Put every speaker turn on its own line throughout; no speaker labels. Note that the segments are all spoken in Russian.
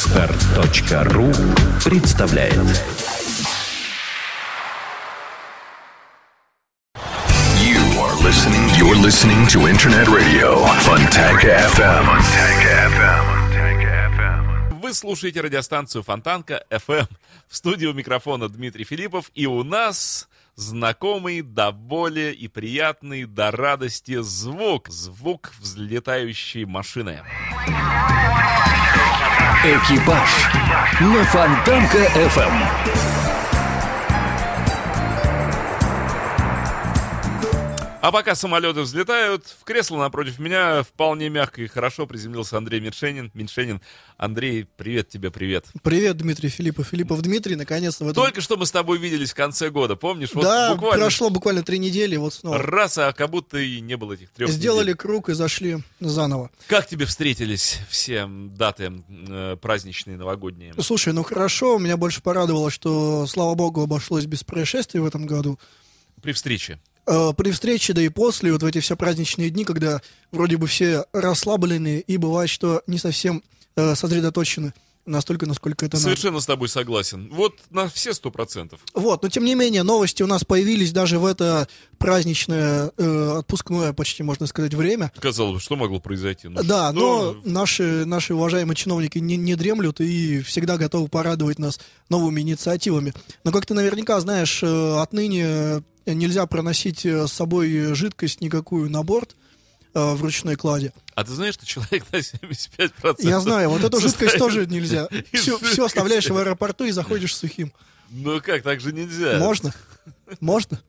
Отстар.ру представляет
You are listening, you're listening to Internet Radio Funtech FM. Funtech FM.
Вы слушаете радиостанцию Фонтанка FM. В студии у микрофона Дмитрий Филиппов. И у нас знакомый до боли и приятный до радости звук. Звук взлетающей машины.
Экипаж на Фонтанка FM.
А пока самолеты взлетают, в кресло напротив меня вполне мягко и хорошо приземлился Андрей Меньшенин. Меньшенин. Андрей, привет тебе, привет.
Привет, Дмитрий Филиппов. Филиппов Дмитрий, наконец-то в этом...
Только что мы с тобой виделись в конце года, помнишь? Вот
да,
буквально
прошло буквально три недели, вот снова.
раз, а как будто и не было этих трех
Сделали круг и зашли заново.
Как тебе встретились все даты э, праздничные, новогодние?
Слушай, ну хорошо, меня больше порадовало, что, слава богу, обошлось без происшествий в этом году.
При встрече.
Э, При встрече, да и после, вот в эти все праздничные дни, когда вроде бы все расслаблены и бывает, что не совсем э, сосредоточены настолько, насколько это надо.
Совершенно с тобой согласен. Вот на все сто процентов.
Вот, но тем не менее, новости у нас появились даже в это праздничное, э, отпускное, почти можно сказать, время.
Казалось бы, что могло произойти? Ну,
Да,
что-
но наши, наши уважаемые чиновники не, не дремлют и всегда готовы порадовать нас новыми инициативами. Но как ты наверняка знаешь, э, отныне э, нельзя проносить э, с собой жидкость никакую на борт э, в ручной кладе.
А ты знаешь, что человек на 75%?
Я знаю, вот эту жидкость тоже
состоит
нельзя.
из
Все,
жидкости.
все оставляешь в аэропорту и заходишь сухим.
Ну как, так же нельзя.
Можно? Можно?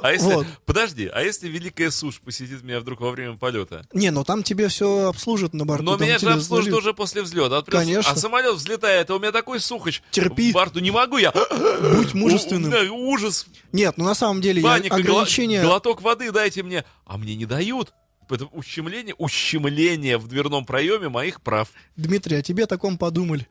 А если...
вот.
Подожди, а если великая сушь посетит меня вдруг во время полета?
Не, ну там тебе все обслужат на борту.
Но
там
меня же
тебе
обслужат
зальют.
уже после взлета. Вот прям-
Конечно.
А самолет взлетает, а у меня такой сухоч.
Терпи.
В борту не могу я.
Будь мужественным.
У- у меня ужас,
Нет, ну на самом деле я-
паника, гло-
ограничения...
глоток воды дайте мне. А мне не дают. Поэтому ущемление, ущемление в дверном проеме моих прав.
Дмитрий, о тебе таком подумали.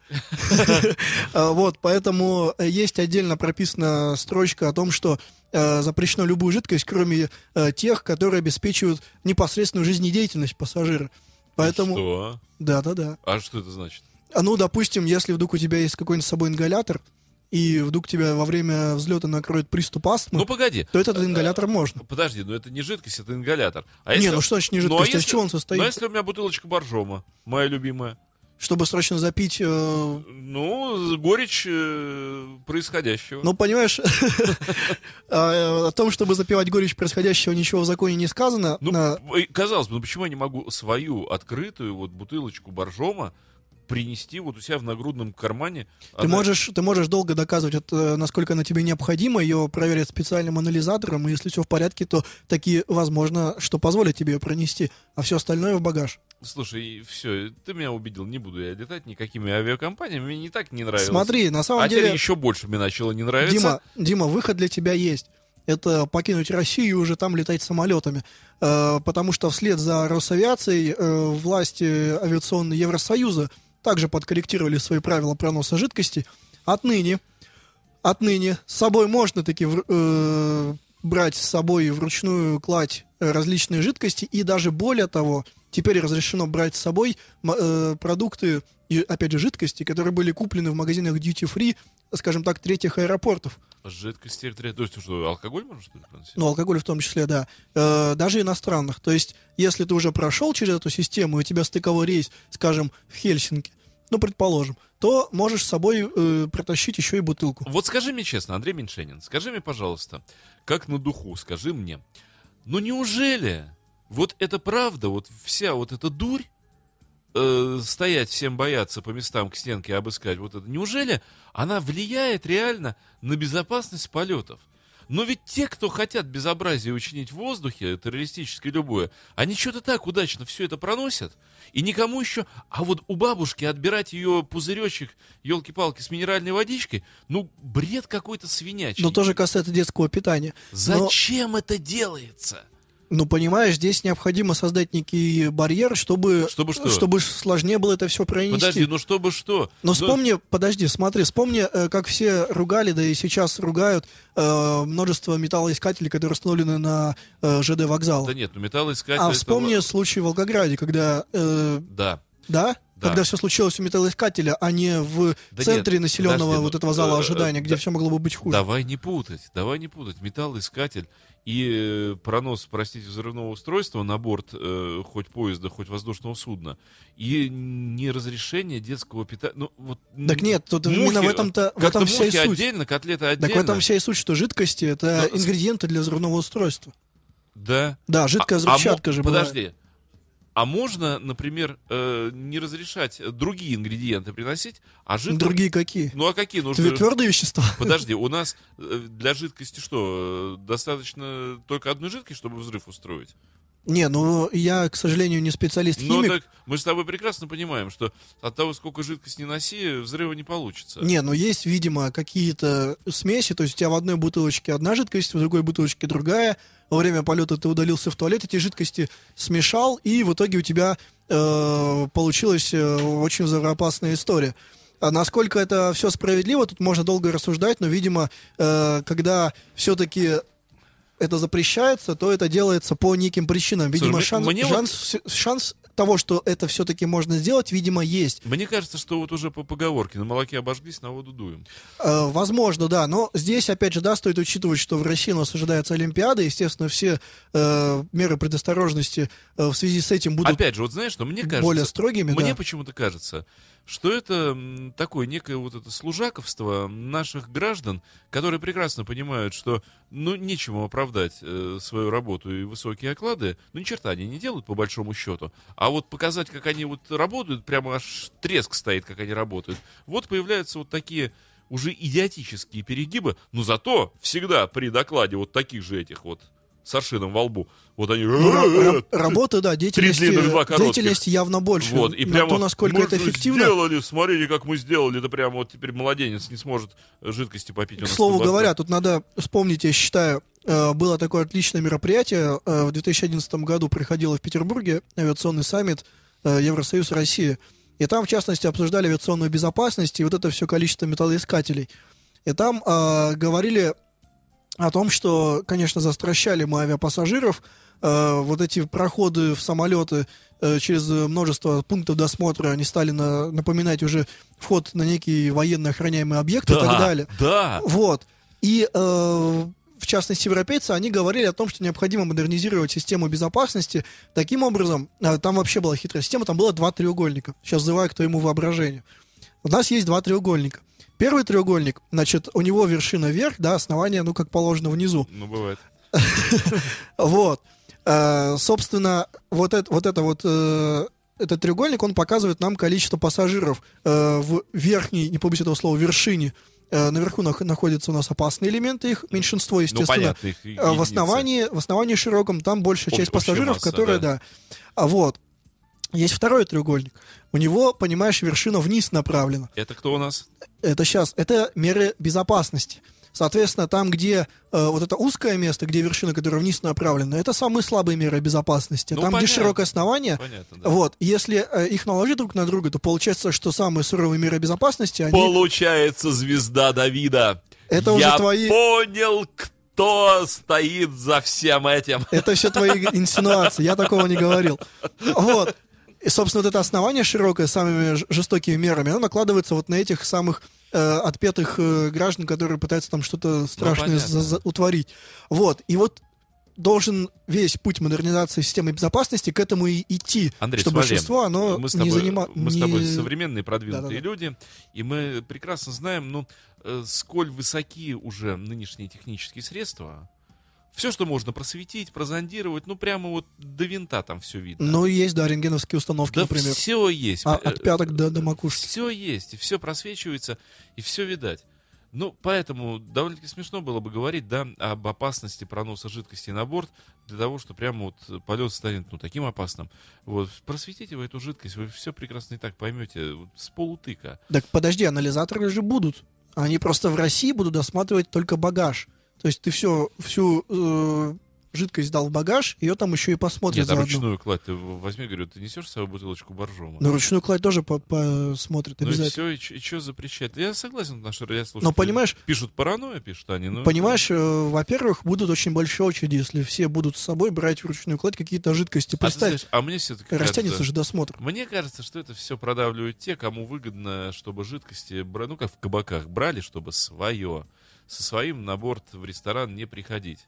А, Вот, поэтому э, есть отдельно прописана строчка о том, что э, запрещено любую жидкость, кроме э, тех, которые обеспечивают непосредственную жизнедеятельность пассажира. Поэтому,
Что?
да, да, да.
А что это значит?
А Ну, допустим, если вдруг у тебя есть какой-нибудь с собой ингалятор, и вдруг тебя во время взлета накроет приступ астмы,
Ну погоди.
то этот ингалятор можно.
Подожди, ну это не жидкость, это ингалятор. А
Не, ну что значит не
Ну, а
жидкость? Из
если-
чего он состоит?
Ну, а если у меня бутылочка боржома, моя любимая,
Чтобы срочно запить э,
ну, горечь э, происходящего.
Ну, понимаешь, а, о том, чтобы запивать горечь происходящего, ничего в законе не сказано.
Ну,
На-
э, казалось бы, ну почему я не могу свою открытую вот бутылочку боржома принести вот у себя в нагрудном кармане?
Ты можешь, ты можешь долго доказывать, это, насколько она тебе необходима, ее проверят специальным анализатором, и если все в порядке, то такие, возможно, что позволят тебе ее пронести, а все остальное в багаж.
Слушай, все, ты меня убедил, не буду я летать никакими авиакомпаниями, мне не так не нравилось.
Смотри, на самом
а теперь
деле,
еще больше мне начало не нравиться.
Дима, Дима, выход для тебя есть. Это покинуть Россию и уже там летать самолетами. Э, потому что вслед за Росавиацией э, власти авиационной Евросоюза также подкорректировали свои правила проноса жидкости. Отныне, отныне с собой можно таки вр- э, брать с собой вручную кладь э, различные жидкости. И даже более того, теперь разрешено брать с собой м- э, продукты, и, опять же, жидкости, которые были куплены в магазинах duty-free, скажем так, третьих аэропортов.
Жидкость территория. То есть, что, алкоголь можно что ли приносить?
Ну, алкоголь в том числе, да. Э, даже иностранных. То есть, если ты уже прошел через эту систему, и у тебя стыковой рейс, скажем, в Хельсинки, ну, предположим, то можешь с собой э, протащить еще и бутылку.
Вот скажи мне честно, Андрей Меньшенин, скажи мне, пожалуйста, как на духу, скажи мне, ну неужели вот это правда, вот вся вот эта дурь, э, стоять всем бояться по местам к стенке обыскать, вот это, неужели она влияет реально на безопасность полетов? Но ведь те, кто хотят безобразие учинить в воздухе, террористическое любое, они что-то так удачно все это проносят, и никому еще... А вот у бабушки отбирать ее пузыречек, елки-палки, с минеральной водичкой, ну, бред какой-то свинячий.
Но Ну, тоже касается детского питания. Но-
Зачем это делается?
Ну, понимаешь, здесь необходимо создать некий барьер, чтобы,
Чтобы что?
чтобы сложнее было это все пронести.
Подожди, ну чтобы что?
Но
Ну,
вспомни, подожди, смотри, вспомни, э, как все ругали, да и сейчас ругают э, множество металлоискателей, которые установлены на э, ЖД вокзалах.
Да нет, ну металлоискатель...
А
это
вспомни случай в Волгограде, когда э,
Да.
Да?
Да.
Когда все случилось у металлоискателя, а не в
Да
центре
нет,
населенного
подожди, ну,
вот этого зала
э, э,
ожидания, где
да.
все могло бы быть хуже.
Давай не путать, давай не путать. Металлоискатель и э, пронос, простите, взрывного устройства на борт э, хоть поезда, хоть воздушного судна, и неразрешение детского питания. Ну, вот, м,
Так нет, тут
мухи-
именно в этом-то в
как-то
этом вся и
мухи
суть.
отдельно, котлеты
Так
отдельно.
в этом вся и суть, что жидкости это
Но-
ингредиенты для взрывного устройства.
Да.
Да,
А-
жидкая
а
взрывчатка
мо-
же была.
Подожди. А можно, например, э, не разрешать другие ингредиенты приносить, а жидкость...
Другие какие?
Ну а какие нужны?
Тв- Твердые вещества.
Подожди, у нас э, для жидкости что? э, Достаточно только одной жидкости, чтобы взрыв устроить?
Не, ну я, к сожалению, не специалист
Ну
химик.
так мы же с тобой прекрасно понимаем, что от того, сколько жидкости не носи, взрыва не получится.
Не, ну есть, видимо, какие-то смеси, то есть у тебя в одной бутылочке одна жидкость, в другой бутылочке другая. Во время полета ты удалился в туалет, эти жидкости смешал, и в итоге у тебя э, получилась э, очень взрывоопасная история. А насколько это все справедливо, тут можно долго рассуждать, но, видимо, э, когда все-таки это запрещается, то это делается по неким причинам.
Слушай,
Видимо,
мне-
шанс,
мне вот-
шанс, шанс того, что это все-таки можно сделать, видимо, есть.
Мне кажется, что вот уже по поговорке на молоке обожглись, на воду дуем.
Э, Возможно, да. Но здесь, опять же, да, стоит учитывать, что в России нас ожидается Олимпиада. Естественно, все э, меры предосторожности э, в связи с этим будут
Опять же, вот знаешь, что мне кажется,
более строгими.
Мне
да.
почему-то кажется, что это м, такое некое вот это служаковство наших граждан, которые прекрасно понимают, что ну нечему оправдать э, свою работу и высокие оклады, ну ни черта они не делают по большому счету, а вот показать, как они вот работают, прямо аж треск стоит, как они работают. Вот появляются вот такие уже идиотические перегибы, но зато всегда при докладе вот таких же этих вот с аршином во лбу, вот они...
Ну,
э,
ра- ра- работа, да, деятельность,
длинных, два коротких.
деятельность явно больше.
Вот, и
Но
прямо
то, насколько
мы
это
же
эффективно,
сделали, смотрите, как мы сделали, это прямо вот теперь младенец не сможет э, жидкости попить. у
К
нас
слову
на глазах.
говоря, тут надо вспомнить, я считаю, э, было такое отличное мероприятие. э, В 2011 году проходило в Петербурге авиационный саммит э, Евросоюз России. И там, в частности, обсуждали авиационную безопасность и вот это все количество металлоискателей. И там э, говорили о том, что, конечно, застращали мы авиапассажиров. Э, вот эти проходы в самолеты э, через множество пунктов досмотра, они стали на- напоминать уже вход на некие военно охраняемые объекты и так далее. Ну,
Да,
Вот. И э, в частности европейцы, они говорили о том, что необходимо модернизировать систему безопасности. Таким образом, э, там вообще была хитрая система, там было два треугольника. Сейчас взываю к твоему воображению. У нас есть два треугольника. Первый треугольник, значит, у него вершина вверх, да, основание, ну, как положено, внизу.
ну бывает.
Вот. Э, собственно, вот это вот, это вот э, этот треугольник, он показывает нам количество пассажиров э, в верхней, не побоюсь этого слова, вершине. Э, наверху нах- находятся у нас опасные элементы, их меньшинство,
Ну
естественно.
понятно, их
Э, в
единицы.
основании, в основании широком там большая
Об-
часть
общая
пассажиров,
масса,
которые,
да.
да. А вот. Есть второй треугольник. У него, понимаешь, вершина вниз направлена
Это кто у нас?
это сейчас, это меры безопасности. Соответственно, там, где э, вот это узкое место, где вершина, которая вниз направлена, это самые слабые меры безопасности.
Ну,
там,
понятно.
где широкое основание,
Понятно, да.
вот, если э, их наложить друг на друга, то получается, что самые суровые меры безопасности, они...
Получается звезда Давида.
Это
Я
уже твои-
понял, кто стоит за всем этим.
Это все твои инсинуации, я такого не говорил. Вот. И, собственно, вот это основание широкое с самыми ж- жестокими мерами, оно накладывается вот на этих самых э, отпетых э, граждан, которые пытаются там что-то страшное
Ну, понятно.
за- за- утворить. Вот. И вот должен весь путь модернизации системы безопасности к этому и идти,
Андрей,
что
смотри,
большинство оно
мы с
не
тобой,
занимает...
мы с тобой современные продвинутые
Да-да-да.
люди, и мы прекрасно знаем, ну, э, сколь высоки уже нынешние технические средства. Все, что можно просветить, прозондировать, ну прямо вот до винта там все видно.
Ну, есть, да, рентгеновские установки,
да э,
например.
все есть.
А, от пяток до, до макушки.
Все есть, и все просвечивается, и все видать. Ну, поэтому довольно-таки смешно было бы говорить, да, об опасности проноса жидкости на борт, для того, что прямо вот полет станет, ну, таким опасным. Вот, просветите вы эту жидкость, вы все прекрасно и так поймете, вот, с полутыка.
Так подожди, анализаторы же будут. Они просто в России будут досматривать только багаж. То есть ты все, всю э, жидкость дал в багаж, ее там еще и посмотрят
Нет, а
заодно.
ручную кладь ты возьми, говорю, ты несешь с собой бутылочку боржома?
Но ручную кладь тоже по- посмотрят
Ну и
Ну, обязательно.
все, и, что запрещать? Я согласен, наши радиослушатели
Но понимаешь,
пишут паранойя, пишут они. Ну,
понимаешь, э, во-первых, будут очень большие очереди, если все будут с собой брать в ручную кладь какие-то
а,
жидкости.
ты
Представь,
знаешь, а мне все-таки
растянется же досмотр.
Мне кажется, что это все продавливают те, кому выгодно, чтобы жидкости, бра- ну как в кабаках, брали, чтобы свое. Со своим на борт в ресторан не приходить.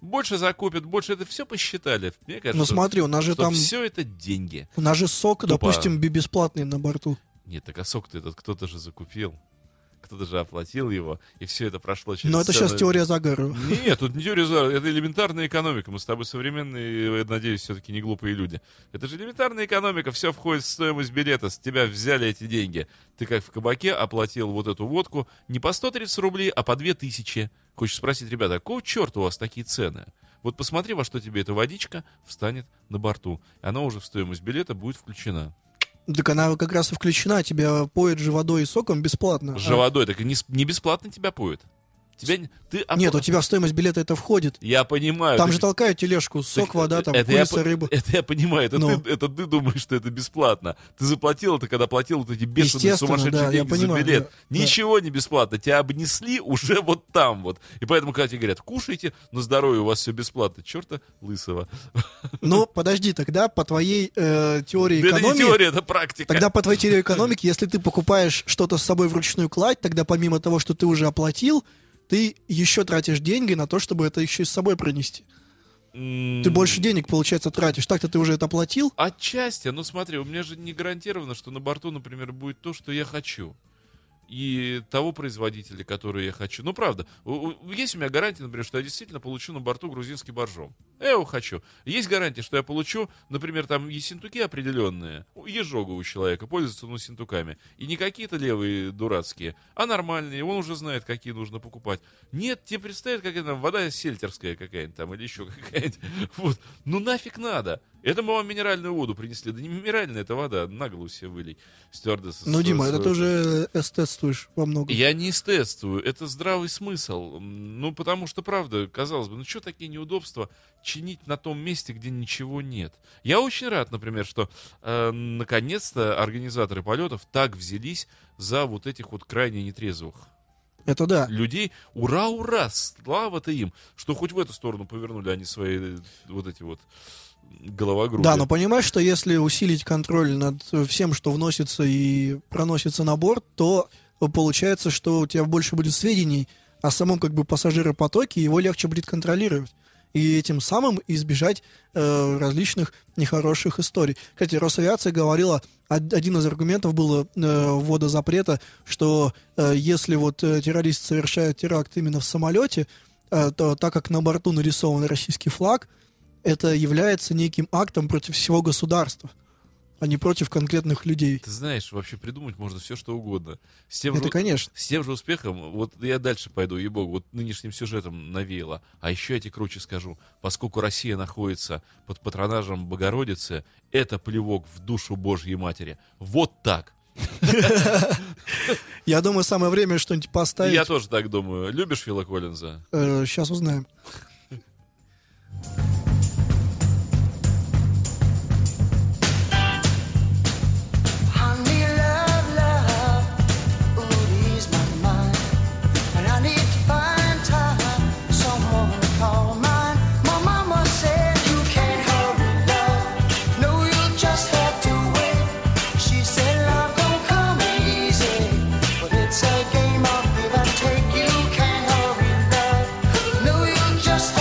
Больше закупят, больше это все посчитали. Мне кажется,
Ну смотри, у нас же там,
все это деньги.
у нас же сок,
Тупо.
допустим, би- бесплатный на борту.
Нет, так а сок-то этот кто-то же закупил. Кто-то же оплатил его, и все это прошло через...
Но это сейчас
цены.
теория заговора.
Нет, тут не теория заговора, это элементарная экономика. Мы с тобой современные, э, надеюсь, все-таки не глупые люди. Это же элементарная экономика, все входит в стоимость билета, с тебя взяли эти деньги. Ты как в кабаке оплатил вот эту водку не по 130 рублей, а по 2000. Хочешь спросить, ребята, «А какого черта у вас такие цены? Вот посмотри, во что тебе эта водичка встанет на борту. Она уже в стоимость билета будет включена.
Так она как раз и включена, тебя поет же водой и соком бесплатно.
С
А-
же водой, так и не, с- не бесплатно тебя поют. Тебя, не- ты опла-
Нет, у тебя в стоимость билета это входит.
Я понимаю.
Там
А, ты-
же толкают тележку, сок,
Так, э,
вода, там
это я
курица,
по-
рыба.
Это я понимаю, это,
Ну.
ты, это ты думаешь, что это бесплатно. Ты заплатил это, когда платил вот эти бешеные
Естественно,
сумасшедшие
да, я
деньги за
понимаю,
билет.
да,
Ничего не бесплатно, тебя обнесли уже вот там вот. И поэтому, когда тебе говорят, кушайте, на здоровье у вас все бесплатно, черта лысого.
Ну, подожди, тогда по твоей э, теории
Да это не
экономии...
теория, это практика.
Тогда по твоей теории экономики, если ты покупаешь что-то с собой вручную кладь, тогда помимо того, что ты уже оплатил, ты еще тратишь деньги на то, чтобы это еще и с собой пронести.
М,
Ты больше денег, получается, тратишь. Так-то ты уже это оплатил.
Отчасти, ну смотри, у меня же не гарантировано, что на борту, например, будет то, что я хочу. И того производителя, который я хочу. Ну, правда, у- у- есть у меня гарантия, например, что я действительно получу на борту грузинский боржом. Я его хочу. Есть гарантия, что я получу, например, там есть синтуки определенные. У- Ежога у человека пользуется, ну, синтуками. И не какие-то левые дурацкие, а нормальные. Он уже знает, какие нужно покупать. Нет, тебе представят, какая там вода сельтерская какая-нибудь там или еще какая-нибудь. Вот. Ну нафиг надо. Это мы вам минеральную воду принесли. Да не минеральная, это вода. На голову себе вылей. Стюардесса.
Ну,
с-
Дима,
с-
это ты уже э, эстетствуешь во многом.
я не эстетствую, это здравый смысл. М, Ну, потому что, правда, казалось бы, ну что такие неудобства чинить на том месте, где ничего нет? Я очень рад, например, что э, наконец-то организаторы полетов так взялись за вот этих вот крайне нетрезвых
Это да.
людей. Ура, ура, слава-то им, что хоть в эту сторону повернули они свои э, вот эти вот головогрузы.
Да, ну, но понимаешь, что если усилить контроль над э, всем, что вносится и проносится на борт, то э, получается, что у тебя больше будет сведений о самом как бы пассажиропотоке, и его легче будет контролировать. И этим самым избежать э, различных нехороших историй. Кстати, Росавиация говорила, од- один из аргументов было э, ввода запрета, что э, если вот э, террорист совершает теракт именно в самолете, э, то так как на борту нарисован российский флаг, это является неким актом против всего государства, а не против конкретных людей.
Ты знаешь, вообще придумать можно все, что угодно. С тем
Это,
же-
конечно.
С тем же успехом, вот я дальше пойду, ей-богу, вот нынешним сюжетом навеяло. А еще я тебе круче скажу, поскольку Россия находится под патронажем Богородицы, это плевок в душу Божьей Матери. Вот так.
Я думаю, самое время что-нибудь поставить.
Я тоже так думаю. Любишь Фила Коллинза?
сейчас узнаем.
Honey, love, love, would ease my mind. And I need to find time, someone to call mine. My mama said you can't hurry, love. No, you'll just have to wait. She said love don't come easy, but it's a game of give and take. You can't hurry, love. No, you'll just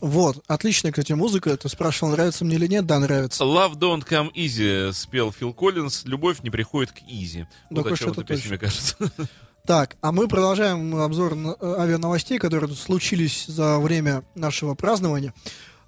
Вот, отличная, кстати, музыка. Ты спрашивал, нравится мне или нет? Да, нравится.
Love Don't Come Easy спел Фил Коллинз. Любовь не приходит к Изи.
Да,
Вот о
конечно,
чем эта
Ну, это
песня, мне кажется.
Так, а мы продолжаем обзор на- э, авиановостей, которые тут случились за время нашего празднования.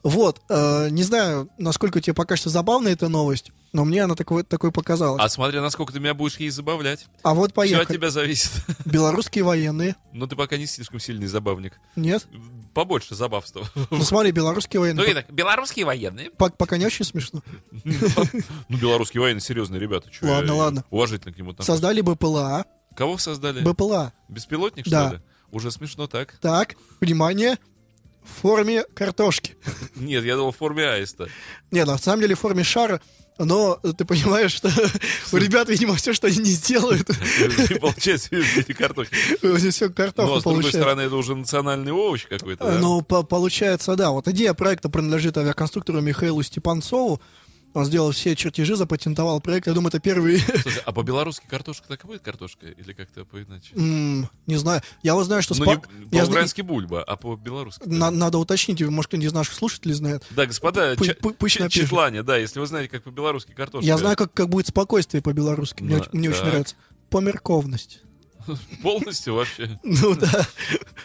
Вот, э, не знаю, насколько тебе покажется забавной эта новость, но мне она такой, такой показалась.
А смотря насколько ты меня будешь ей забавлять.
А, вот
Все от
поехали.
тебя зависит.
Белорусские военные.
Но ты пока не слишком сильный забавник.
Нет?
Побольше забавства.
Ну смотри, белорусские
Ну
военные.
и так, белорусские военные.
Пок- Пока не очень смешно.
Ну, белорусские военные, серьезные ребята. чё
Ладно,
я
ладно.
Уважительно к нему там.
Создали БПЛА.
Кого создали?
БПЛА.
Беспилотник,
Да.
что ли? Уже смешно так.
Так, внимание, в форме картошки.
Нет, я думал в форме аиста.
Не, ну, на самом деле в форме шара, но э, ты понимаешь, что у ребят, видимо, все, что они не сделают,
И Получается, в виде картохи.
все
Но,
картошка
Ну, а с другой
получается.
стороны, это уже национальный овощ какой-то. да?
Ну, по- получается, да. Вот идея проекта принадлежит авиаконструктору Михаилу Степанцову. Он сделал все чертежи, запатентовал проект. Я думаю, это первый...
Слушай, а по-белорусски картошка так и будет картошка? Или как-то по-иначе?
м, Не знаю. Я вот знаю, что...
Ну,
Ну, спа-
не
я зна-
по-украински бульба, а по-белорусски.
На- Надо уточнить, может, кто-нибудь из наших слушателей знает.
Да, господа,
Пу-
ча-
пу- пусть
ча-
напишут.
читлане, да, если вы знаете, как по-белорусски картошка.
Я знаю, как, как будет спокойствие по-белорусски. Мне,
Ну, Да,
очень- мне очень
так.
нравится. Померковность.
Полностью вообще.
Ну да,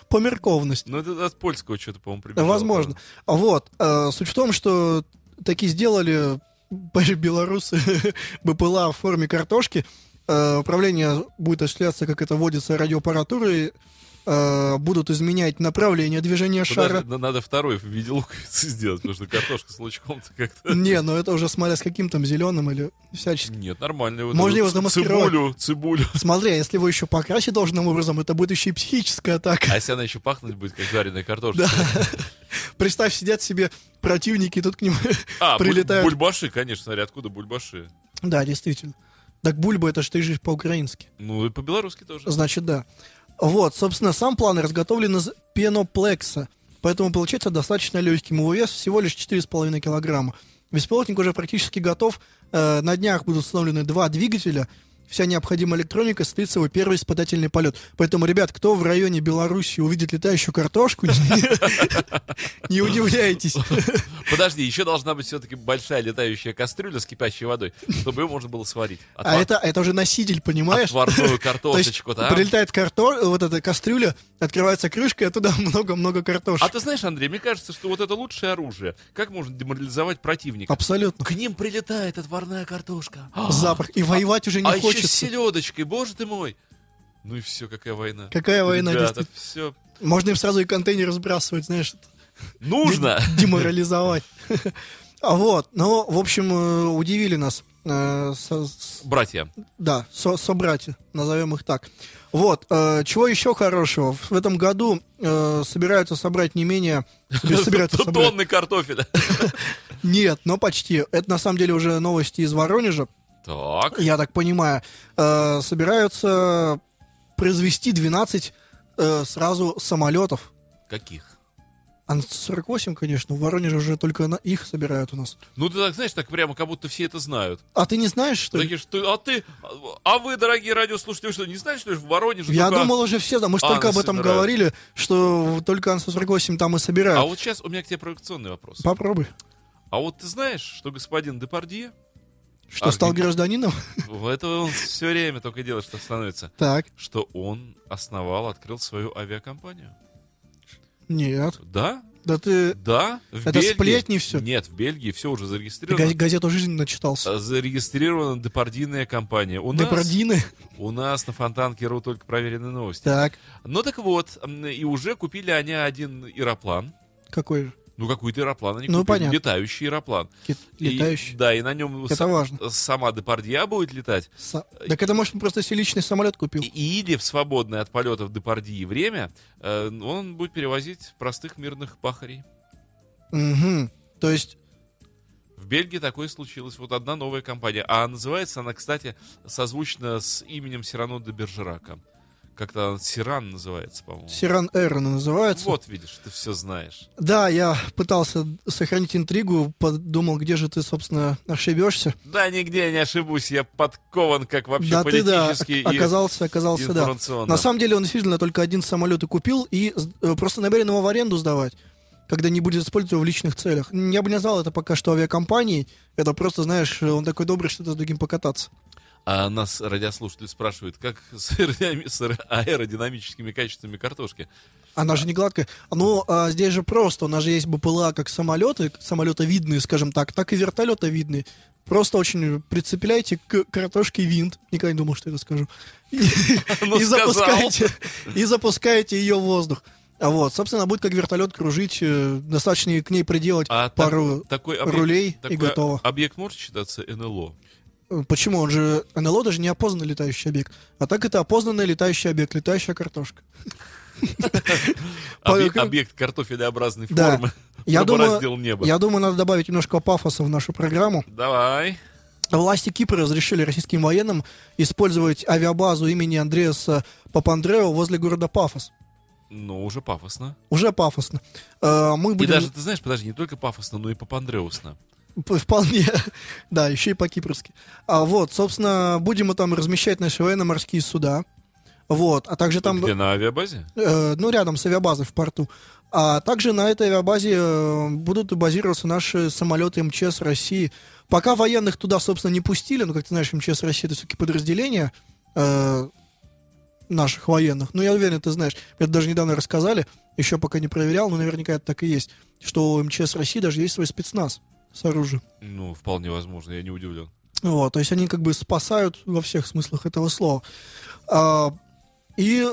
померковность.
Ну, это от польского что-то, по-моему, прибежало.
Возможно. А Вот. э, Суть в том, что такие сделали б- белорусы БПЛА в форме картошки. Э, Управление будет осуществляться, как это водится, радиоаппаратурой. Э, Будут изменять направление движения
Подожди,
шара.
Ну, на- надо второй в виде луковицы сделать, потому что картошка с лучком-то как-то...
Не, ну это уже смотря с каким там зеленым или всячески.
Нет, нормально. Вот
Можно
эту
его
ц-
замаскировать.
Цибулю, цибулю.
Смотри, а если его еще покрасить должным образом, это будет еще и психическая атака.
А если она еще пахнуть будет, как жареная картошка?
Да. Представь, сидят себе противники, и тут к ним
А, буль-
прилетают.
бульбаши, конечно, смотри, откуда бульбаши?
Да, действительно. Так бульба это ж ты же по-украински.
Ну, и по-белорусски тоже.
Значит, да. Вот, собственно, сам план разготовлен из пеноплекса, поэтому получается достаточно легким. Его вес всего лишь 4,5 килограмма. Беспилотник уже практически готов. Э, на днях будут установлены два двигателя. Вся необходимая электроника состоит свой первый испытательный полет. Поэтому, ребят, кто в районе Беларуси увидит летающую картошку, не- не удивляйтесь.
Подожди, еще должна быть все-таки большая летающая кастрюля с кипящей водой, чтобы ее можно было сварить.
А это, это уже носитель, понимаешь?
Отварную
То есть
картошечку, да?
прилетает карто... вот эта кастрюля, открывается крышка, и оттуда много-много картошек.
А ты знаешь, Андрей, мне кажется, что вот это лучшее оружие. Как можно деморализовать противника?
Абсолютно.
К ним прилетает отварная картошка. А,
Запах. И воевать уже не
а еще с
хочется.
селедочкой, боже ты мой. Ну и все, какая война.
Какая война,
Ребята,
действительно.
все.
Можно им сразу и контейнер сбрасывать, знаешь,
Нужно.
деморализовать. А Вот, ну, в общем, э, удивили нас, э, со- с-
Братья,
да, со- собратья, назовем их так. Вот, э, чего еще хорошего? В этом году э, собираются собрать не менее... собираются
тут
собрать-
тонны картофеля.
Нет, но почти. Это на самом деле уже новости из Воронежа.
Так.
я так понимаю, э, собираются произвести 12 э, сразу самолетов. А
Каких?
Ан-48, конечно, в Воронеже уже только на их собирают у нас.
Ну ты так знаешь, так прямо как будто все это знают.
А ты не знаешь, что ли?
Такие, что, а ты, а вы, дорогие радиослушатели, вы что, не знаете, что в Воронеже
Я
Ну, только-
думал уже все, да, мы же
А,
только об
ну,
этом
собирают.
говорили, что только Ан-48 там и
А
собирают.
вот сейчас у меня к тебе провокационный вопрос.
Попробуй.
А вот ты знаешь, что господин Депардье,
Что,
А,
стал
где-
гражданином?
это он все время только делает, что становится,
Так,
что он основал, открыл свою авиакомпанию.
нет.
Да?
Да ты
Да? В
Это
Бельгии-
сплетни всё.
Нет, в Бельгии все уже
га-
зарегистрировано.
газету «Жизнь» начитался.
А, Зарегистрирована депардийная компания. У нас,
Депардины.
у нас на Фонтанке.ру только проверенные новости.
Так,
Ну так вот, м, и уже купили они один аэроплан.
какой же?
Ну, какой-то аэроплан они
Ну,
купили.
понятно.
Летающий аэроплан.
Кит-
И-
Летающий.
да, и на нем
Это
са-
важно.
сама Депардье будет летать.
Са- Так это, может, он просто себе личный самолет купил.
Э, И- Или в свободное от полетов Депардье время э, он будет перевозить простых мирных пахарей.
Угу. То есть
В Бельгии такое случилось. Вот одна новая компания. А называется она, кстати, созвучно с именем Сирано де Бержерака. Как-то она Сиран называется, по-моему.
Сиран Air она называется.
Вот, видишь, ты все знаешь.
Да, я пытался сохранить интригу, подумал, где же ты, собственно, ошибешься.
Да, нигде я не ошибусь, я подкован как вообще
да, ты да,
политически
ок-
и
оказался, оказался, да.
информационно.
На самом деле он действительно только один самолет и купил, и с- э, просто намерен его в аренду сдавать. когда не будет использовать в личных целях. Я бы не назвал это пока что авиакомпанией. Это просто, знаешь, он такой добрый, что-то с другим покататься.
А нас радиослушатель спрашивает, как с аэродинами- с аэро- аэродинамическими качествами картошки?
Она же не гладкая. Ну, а здесь же просто. У нас же есть БПЛА как самолеты, самолета видные, скажем так, так и вертолета видные. Просто очень прицепляйте к картошке винт. Никогда не думал, что это скажу. И,
Ну,
и
сказал.
запускаете, и запускаете ее в воздух. А вот, собственно, будет как вертолет кружить, э, достаточно и к ней приделать
А
пару
так- такой
рулей и
такой
готово.
Объект может считаться НЛО?
Э, Почему? Он же НЛО даже не опознанный летающий объект. А так это опознанный летающий объект, летающая картошка. По-
Объ- Объект картофелеобразной
Да.
формы.
Я
Раздел
думаю,
неба.
я думаю, надо добавить немножко пафоса в нашу программу.
Давай.
Власти Кипра разрешили российским военным использовать авиабазу имени Андреаса Папандрео возле города Пафос.
Ну, уже пафосно.
Уже пафосно. Э, Мы
И
будем
даже, ты знаешь, подожди, не только пафосно, но и попандреусно.
п- вполне, да, еще и по-кипрски. А вот, собственно, будем мы там размещать наши военно-морские суда. Вот, а также там...
Где, на авиабазе?
э, ну, рядом с авиабазой в порту. А также на этой авиабазе э, будут базироваться наши самолеты МЧС России. Пока военных туда, собственно, не пустили, ну, как ты знаешь, МЧС России это все-таки подразделение э, наших военных. Ну, я уверен, ты знаешь, мне это даже недавно рассказали, еще пока не проверял, но наверняка это так и есть, что у МЧС России даже есть свой спецназ с оружием.
Ну, вполне возможно, я не удивлен.
Вот, то есть они как бы спасают во всех смыслах этого слова. А, и,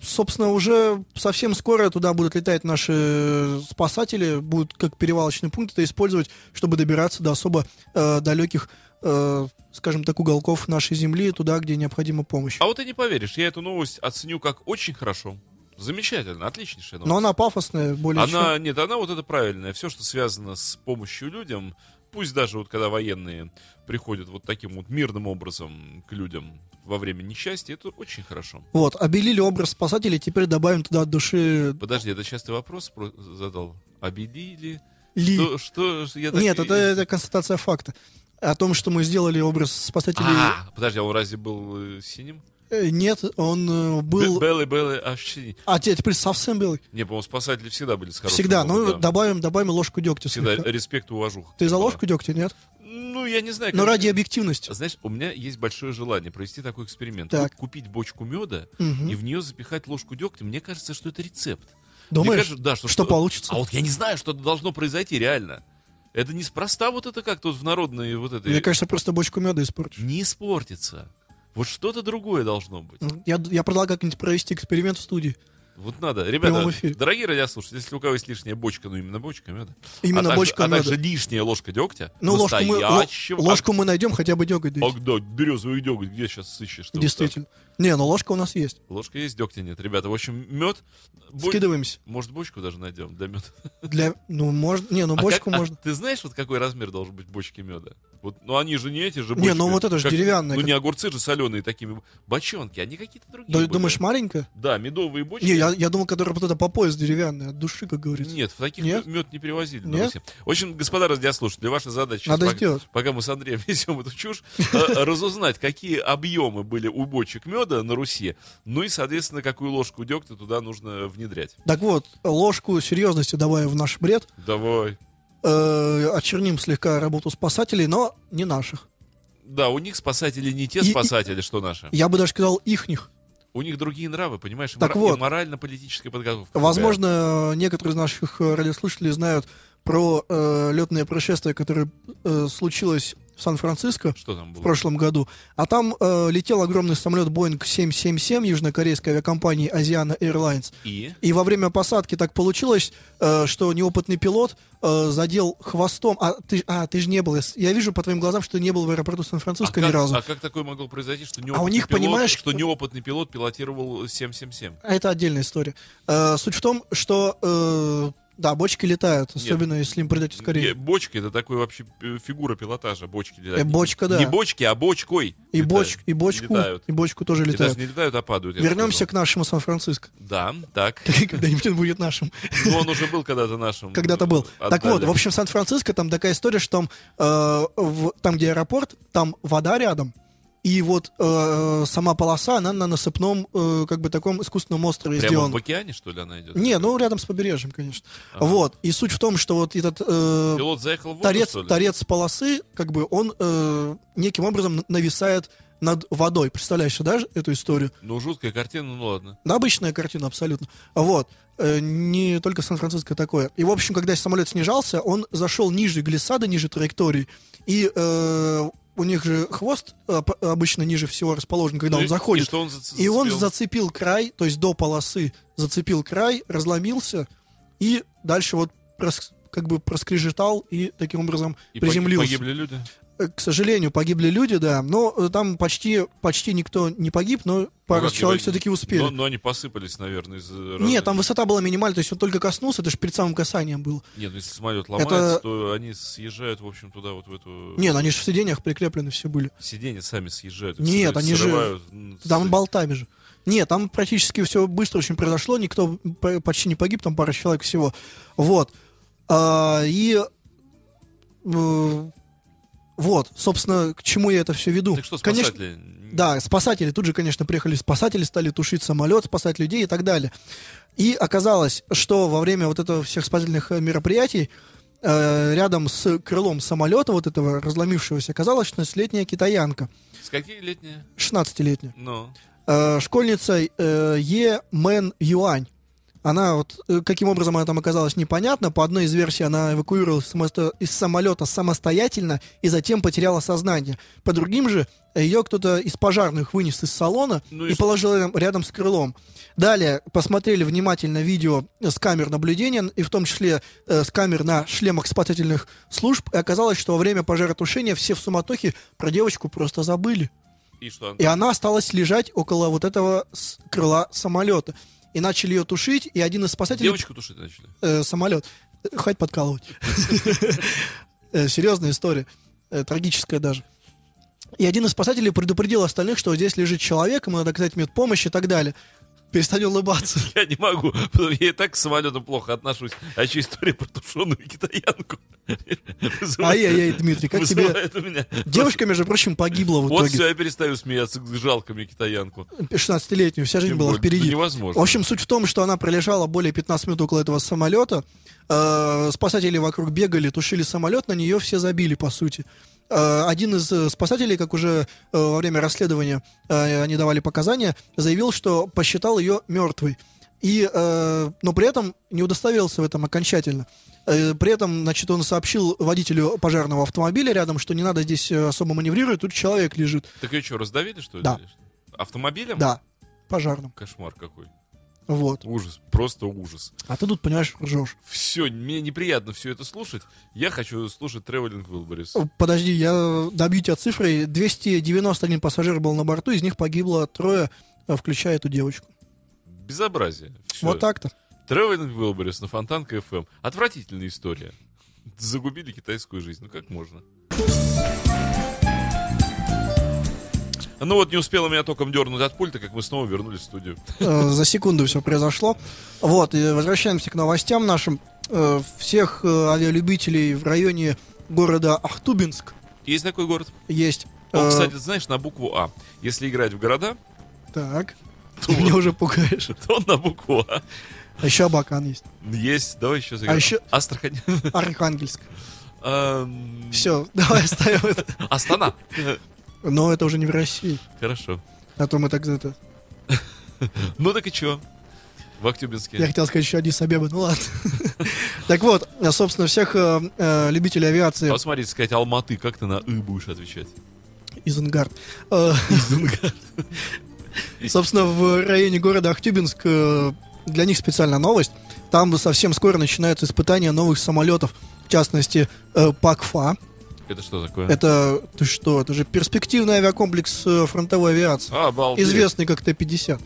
собственно, уже совсем скоро туда будут летать наши спасатели, будут как перевалочный пункт это использовать, чтобы добираться до особо э, далеких, э, скажем так, уголков нашей земли, туда, где необходима помощь.
А вот ты не поверишь, я эту новость оценю как очень хорошо. Замечательно, отличнейшая новость.
Но она пафосная, более
Она,
чем.
нет, она вот это правильная. Все, что связано с помощью людям, пусть даже вот когда военные приходят вот таким вот мирным образом к людям во время несчастья, это очень хорошо.
Вот, обелили образ спасателей, теперь добавим туда от души
Подожди, это сейчас ты вопрос про- задал. Обелили?
Ли.
Что, что ж я так-
Нет, это, это констатация факта. О том, что мы сделали образ спасателей...
А, подожди, а он разве был э, синим?
Э, Нет, он э, был...
Белый, белый, аж синий.
А те- теперь совсем белый.
Не, по-моему, спасатели всегда были с хорошим.
Всегда.
умом,
Ну,
да.
добавим, добавим ложку дегтя.
Всегда э,
слегка.
респект и уважуха.
Ты за
Да.
ложку дегтя, нет?
Ну, я не знаю.
Но
как-
ради объективности.
Знаешь, у меня есть большое желание провести такой эксперимент.
Так.
Ку- Купить бочку меда
Мгм.
и в нее запихать ложку дегтя. Мне кажется, что это рецепт. Мне
Думаешь,
кажется, да, что,
что получится?
А вот я не знаю, что должно произойти реально. Это неспроста вот это как тут в народной вот этой...
Мне кажется, просто бочку меда испортишь.
Не испортится. Вот что-то другое должно быть.
Ну, Я, я предлагаю как-нибудь провести эксперимент в студии.
Вот надо.
прямом
Ребята,
эфире.
дорогие радиослушатели, если у кого есть лишняя бочка, ну именно бочка меда.
Именно
а также-
бочка
а
меда.
также лишняя ложка дегтя.
Ну, ложку мы, ло-
настоящего-
ложку мы найдем, хотя бы дегать.
А,
дайте.
а да, березовый деготь, где сейчас сыщешь? ты вот
Действительно. Не, ну ложка у нас есть.
так? Ложка есть, дегтя нет. Ребята, в общем, мед... бо-
Скидываемся.
Может, бочку даже найдем для меда.
Для... Ну, может... Не, ну
А
бочку
как- а
можно.
ты знаешь, вот какой размер должен быть бочки меда? Вот, ну они же не эти же
Не,
бочки.
ну вот это же
Как-
деревянные,
Ну
как-
не огурцы же соленые такими. Бочонки, они какие-то другие.
Да,
были.
думаешь, маленькая?
Да, медовые бочки.
Не, я, я думал, которая вот это по пояс деревянная, от души, как говорится.
Нет, в таких
Нет?
мед не перевозили.
Нет?
Нет? В общем, господа радиослушатели, ваша задача...
Надо
пока,
сделать.
Пока мы с Андреем несем эту чушь, э, разузнать, какие объемы были у бочек меда на Руси, ну и, соответственно, какую ложку дегтя туда нужно внедрять.
Так вот, ложку серьезности добавим в наш бред.
Давай.
Э, очерним слегка работу спасателей, но не наших.
Да, у них спасатели не те
И- и-
спасатели, что наши.
Я бы даже сказал ихних.
У них другие нравы, понимаешь, и
Так
мора-
вот.
и морально-политическая подготовка.
Возможно, некоторые из наших э, радиослушателей знают про э, летное происшествие, которое э, случилось в Сан-Франциско
другая. Что там
в
было?
прошлом году. А там э, летел огромный самолет Boeing 777 южнокорейской авиакомпании Asiana Airlines.
И? А
И во время посадки так получилось, э, что неопытный пилот э, задел хвостом. А ты, ж- а, ты же не был. Я с- Я вижу по твоим глазам, что ты не был в аэропорту
А
Сан-Франциско
как,
ни разу. А
а как такое могло произойти, что неопытный,
них,
пилот,
понимаешь,
что неопытный пилот пилотировал 777?
А Это отдельная история. Э, суть в том, что э, да, бочки летают,
Нет.
особенно если им придать
Э,
ускорение.
Бочки это такой вообще э, фигура пилотажа. Бочки
Э,
летают.
бочка, да.
Не бочки, а бочкой.
И,
летают.
боч, и бочку,
Летают.
и бочку тоже
И даже
летают.
не летают, а падают. я бы
Вернемся
сказал.
к нашему Сан-Франциско.
Да, так.
Когда-нибудь он будет нашим.
Но он уже был когда-то нашим.
Когда-то был. Так
Ну, Отдали.
вот, в общем, Сан-Франциско там такая история, что там, э, в- там, где аэропорт, там вода рядом. И вот э, сама полоса, она на насыпном, э, как бы таком искусственном острове
Прямо
сделана.
в океане, что ли, она идет?
Не, ну рядом с побережьем, конечно.
Ага.
Вот. И суть в том, что вот этот э,
Пилот заехал в воду,
торец,
что ли?
торец полосы, как бы он э, неким образом на- нависает над водой. Представляешь, да, ж- эту историю?
Ну, жуткая картина, ну ладно.
Да, обычная картина абсолютно. Вот. Э, Не только Сан-Франциско такое. И, в общем, когда самолет снижался, он зашел ниже глиссада, ниже траектории. И э, у них же хвост э, п- обычно ниже всего расположен, когда
Ну
он
и-
заходит.
И, что он зац-
И он
зацепил?
зацепил край, то есть до полосы зацепил край, разломился и дальше вот проск- как бы проскрежетал и таким образом
И погиб-
приземлился.
Погибли люди.
Э, К сожалению, погибли люди, да, но э, там почти, почти никто не погиб, но пару
Ну, как герои-
человек все-таки успели.
Но, но они посыпались, наверное, из...
Нет, там высота была минимальная, то есть он только коснулся, это же перед самым касанием было.
Нет, ну, если самолет ломается, то они съезжают, в общем, туда, вот в эту...
Нет, ну они же в сиденьях прикреплены все были.
Сиденья сами съезжают.
Нет,
срывают-
они же-
срывают, ну, м,
Там
с-
болтами же. Нет, там практически все быстро очень произошло, никто п- почти не погиб, там пара человек всего. Вот. А, и э, вот, собственно, к чему я это все веду.
Так что,
Конечно,
спасатели?
Да, спасатели, тут же, конечно, приехали спасатели, стали тушить самолет, спасать людей и так далее. И оказалось, что во время вот этого всех спасательных э, мероприятий э, рядом с крылом самолета вот этого разломившегося оказалась 16-летняя китаянка,
С какие летние?
16-летняя,
Ну,
э, школьница э, Е. Мэн Юань. Она вот, э, каким образом она там оказалась, непонятно. По одной из версий она эвакуировалась самосто- из самолета самостоятельно и затем потеряла сознание. По другим же, ее кто-то из пожарных вынес из салона
Ну и
и
что?
положил рядом, рядом с крылом. Далее посмотрели внимательно видео с камер наблюдения, и в том числе э, с камер на шлемах спасательных служб, и оказалось, что во время пожаротушения все в суматохе про девочку просто забыли.
и что? Антон?
И она осталась лежать около вот этого с- крыла самолета. И начали ее тушить, и один из спасателей...
Девочку тушить начали?
э, самолет. Э, Хватит подкалывать. Э, Серьезная история. Э, Трагическая даже. И один из спасателей предупредил остальных, что здесь лежит человек, ему надо оказать медпомощь и так далее. Перестань улыбаться.
Я не могу, потому что я и так к самолету плохо отношусь. А еще история про тушеную китаянку.
Ай-яй-яй, Дмитрий, как тебе...
Вызывает у меня.
Девушка, между прочим, погибла в
Вот все,
итоге.
я перестаю смеяться. Жалко мне китаянку.
16-летнюю, вся жизнь
Тем
была
более,
впереди.
да невозможно.
В общем, суть в том, что она пролежала более 15 минут около этого самолета. Э, спасатели вокруг бегали, тушили самолет, на нее все забили, по сути. Э, один из э, спасателей, как уже э, во время расследования э, они давали показания, заявил, что посчитал ее мертвой. И, э, но при этом не удостоверился в этом окончательно. Э, При этом, значит, он сообщил водителю пожарного автомобиля рядом, что не надо здесь э, особо маневрировать, тут человек лежит.
Так ее что, раздавили, что ли?
Да.
или что? Автомобилем?
Да, пожарным.
Кошмар какой.
Вот.
Ужас, просто ужас.
А ты тут, понимаешь, ржешь.
Все, мне неприятно все это слушать. Я хочу слушать Traveling Wilburys.
Подожди, я э, добью тебя цифрой. 291 пассажир был на борту, из них погибло трое, э, включая эту девочку.
Безобразие. Всё.
Вот так-то.
Traveling Wilburys на Фонтанка FM. Отвратительная история. Загубили китайскую жизнь. Ну как можно? Ну вот не успела меня током дернуть от пульта, как мы снова вернулись в студию.
Э, За секунду все произошло. Вот, и возвращаемся к новостям нашим. Э, Всех э, авиалюбителей в районе города Ахтубинск
Есть такой город.
есть.
Он,
э,
кстати, знаешь, на букву А. Если играть в города,
Так, ты
то,
меня уже пугаешь.
то он на букву А.
А еще Абакан есть.
Есть, давай еще сыграем.
еще-
Астрахань.
Архангельск.
Эм,
Все, давай оставим это.
Астана.
Но это уже не в России.
Хорошо.
А то мы так за это...
Ну так и чё? В
Я
Актюбинске.
хотел сказать еще Адис Абеба, ну ладно. Так вот, э, собственно, всех э, э, любителей авиации
Посмотрите, сказать Алматы, как ты на «ы» будешь отвечать?
из Ангард. э, Собственно, в районе города Ахтюбинск э, для них специальная новость. Там совсем скоро начинаются испытания новых самолетов, в частности, э, ПАКФА.
Это что такое?
Это, ты что, это же перспективный авиакомплекс э, фронтовой авиации,
А, Обалдеть.
известный как Т-50.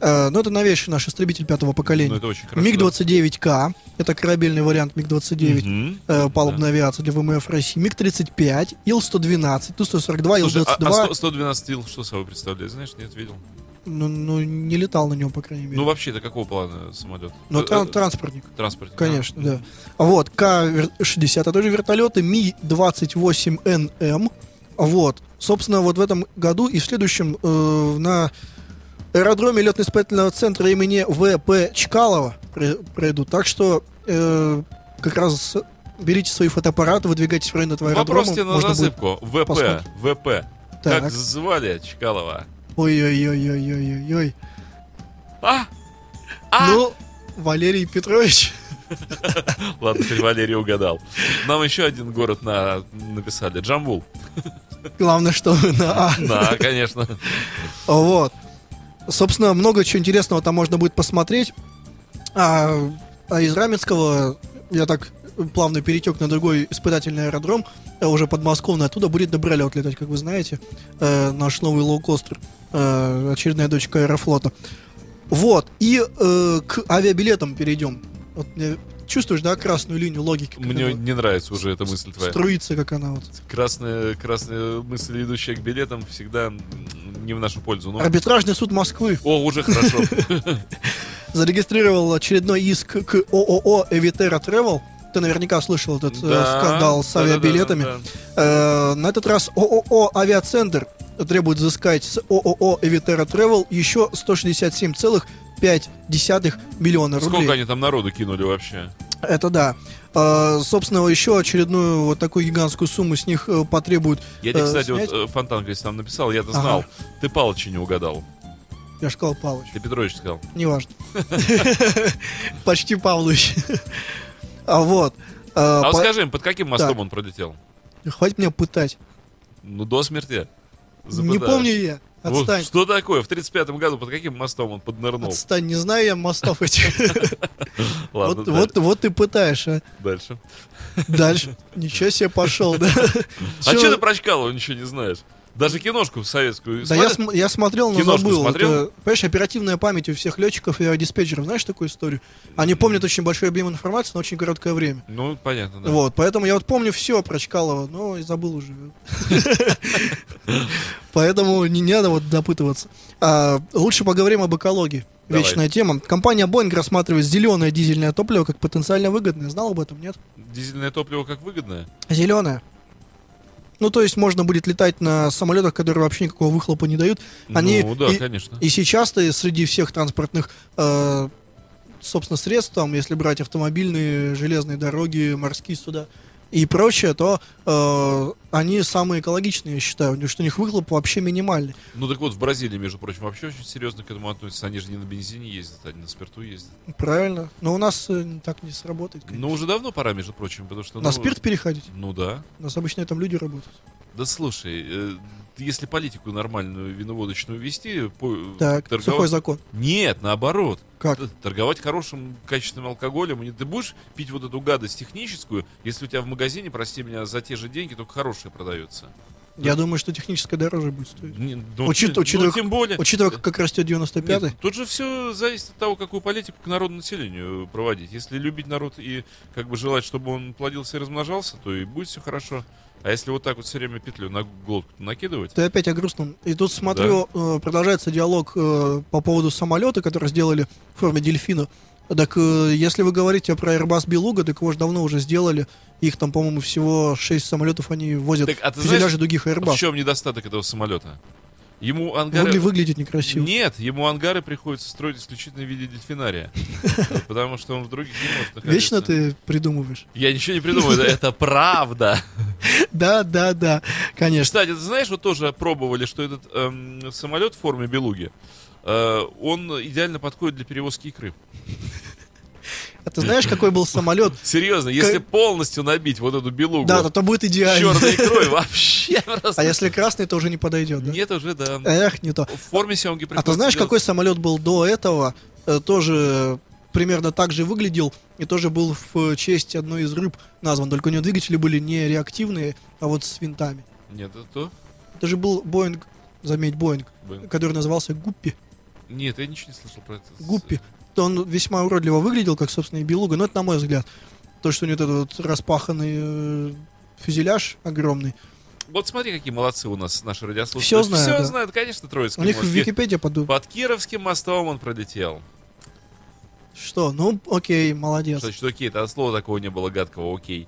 Э, Но это новейший наш истребитель пятого
Ну,
поколения.
это очень хорошо.
МиГ-29К, это корабельный вариант МиГ-29,
Мгм.
э, палубной авиации для ВМФ России, МиГ-35, Ил-112, Ту-142,
Слушай, а,
Ил-22.
а 100 112 ил, что собой представляет? Знаешь, нет, видел?
Ну, ну, не летал на нем, по крайней мере.
Ну, вообще, это какого плана самолет?
Но
Э,
тран-
э,
транспортник,
транспорт.
Ну, конечно, да. Вот, К-60, а тоже вертолеты, Ми-28НМ, Вот. Собственно, вот в этом году и в следующем э, на аэродроме летно-испытательного центра имени В.П. Чкалова пре- пройдут. Так что э, как раз берите свои фотоаппараты, выдвигайтесь в район этого аэродрома.
Вопрос тебе на
Можно будет-
засыпку. ВП,
посмотреть.
ВП. Как
Так.
звали Чкалова?
Ой-ой-ой-ой-ой-ой.
А! А!
Ну, Валерий Петрович.
Ладно, теперь Валерий угадал. Нам еще один город на... написали. Джамбул.
Главное, что на А.
Да, конечно.
Вот. Собственно, много чего интересного там можно будет посмотреть. А, а из Раменского я так плавно перетек на другой испытательный аэродром, э, уже подмосковный, оттуда будет добролет летать, как вы знаете, э, наш новый лоукостер, э, очередная дочка аэрофлота. Вот, и э, к авиабилетам перейдем. Вот, мне- чувствуешь, да, красную линию логики? как
Мне
она
не нравится уже эта мысль твоя.
Струится, как она вот.
Красная, красная мысль, идущая к билетам, всегда м, не в нашу пользу. Ну,
Арбитражный суд Москвы
О, уже хорошо.
зарегистрировал очередной иск к ООО «Эвитера Travel. Ты наверняка слышал этот э,
Да,
скандал с
да, да, да,
авиабилетами.
да.
Э, на этот раз ООО «Авиацентр» требует взыскать с ООО «Эвитера Travel еще 167,5 миллиона рублей.
А Сколько они там народу кинули вообще?
Это да. Э, собственно, еще очередную вот такую гигантскую сумму с них э, потребуют.
Я тебе,
э,
кстати, вот
снять.
э, Фонтан весь там написал, я-то
Ага.
знал. Ты Палыча не угадал. э,
Я же сказал Павлович.
Ты Петрович сказал.
Неважно. Почти Павлович. А вот. э,
А вот
по-
скажи, им, под каким мостом
Так.
он пролетел?
Хватит меня пытать.
Ну, до смерти.
Не
Запытаюсь.
помню я.
Вот
Отстань.
что такое? В 35-м году под каким мостом он поднырнул?
Отстань, не знаю я мостов этих.
Ладно,
Вот,
да-
вот, вот ты пытаешь, а.
дальше.
Дальше. Ничего себе пошел, да?
А
Всё.
что ты про Чкалова ничего не знаешь? Даже киношку советскую
Да я,
смотришь?
см- я смотрел, но
Киношку
забыл.
смотрел?
Это, понимаешь, оперативная память у всех летчиков и диспетчеров. Знаешь такую историю? Они помнят очень большой объем информации на очень короткое время.
Ну, понятно, да.
Вот, поэтому я вот помню все про Чкалова, но и забыл уже. Поэтому не надо вот допытываться. А, Лучше поговорим об экологии.
Давай.
Вечная тема. Компания Boeing рассматривает зеленое дизельное топливо как потенциально выгодное. Знал об этом, нет?
Дизельное топливо как выгодное?
Зеленое. Ну, то есть можно будет летать на самолетах, которые вообще никакого выхлопа не дают. Они
Ну, да,
и,
конечно.
и сейчас-то среди всех транспортных, э, собственно, средств, там, если брать автомобильные, железные дороги, морские суда и прочее, то э, они самые экологичные, я считаю, потому что у них выхлоп вообще минимальный.
Ну, так вот, в Бразилии, между прочим, вообще очень серьезно к этому относятся. Они же не на бензине ездят, они на спирту ездят.
Правильно. Но у нас э, так не сработает. конечно.
Ну, уже давно пора, между прочим, потому что...
на
ну,
спирт переходить.
Ну, да.
У нас обычно там люди работают.
Да слушай, э, если политику нормальную виноводочную вести, по-
Так,
Ну, торговать-
сухой закон.
Нет, наоборот.
Как?
Т- Торговать хорошим, качественным алкоголем. И Ты будешь пить вот эту гадость техническую, если у тебя в магазине, прости меня, за те же деньги только хорошие продаются.
Я думаю, что техническое дороже будет стоить.
Не, ну,
Учит-
ты- ну,
учитывая-
тем более. э,
Учитывая, как как растет 95-й.
Нет, тут же все зависит от того, какую политику к народу населению проводить. Если любить народ и как бы желать, чтобы он плодился и размножался, то и будет все хорошо. А если вот так вот все время петлю на глотку накидывать,
Ты опять о грустном. И тут смотрю, э, продолжается диалог э, по поводу самолета, который сделали в форме дельфина. Так э, если вы говорите про Airbus Beluga, так его же давно уже сделали. Их там, по-моему, всего 6 самолетов они возят
Так, а ты
в фюзеляже
знаешь,
других Airbus.
в чем недостаток этого самолета? Ему
Выгля-
ангары...
выглядит некрасиво.
Нет, ему ангары приходится строить исключительно в виде дельфинария. Потому что он в других не может находиться.
Вечно ты придумываешь.
Я ничего не придумал, это- это правда.
Да, да, да, конечно.
Кстати, ты знаешь, вот тоже пробовали, что этот эм, самолет в форме белуги, э, он идеально подходит для перевозки икры.
А ты знаешь, какой был самолет?
Серьезно, если полностью набить вот эту белугу
Да, то, то будет идеально.
черной икрой, вообще просто...
А если красный, то уже не подойдет. да?
Нет, уже да.
Эх, не то.
В форме Сёмги
А ты
приходится
знаешь,
делать-
какой самолет был до этого? Э, Тоже примерно так же выглядел и тоже был в честь одной из рыб назван. Только у него двигатели были не реактивные, а вот с винтами.
Нет, это то.
Это же был Боинг, заметь, Боинг,
Блин.
который назывался Гуппи.
Нет, я ничего не слышал про это.
Гуппи. То Он весьма уродливо выглядел, как, собственно, и Белуга, но это на мой взгляд. То, что у него этот вот распаханный э, фюзеляж огромный.
Вот смотри, какие молодцы у нас наши радиослушатели.
Всё знают,
Все
да.
знают, конечно, Троицкий
У них
мост.
в Википедии
И
подумал,
Под Кировским мостом он пролетел.
что, ну, окей, молодец.
Что, что окей, там слова такого не было гадкого, окей.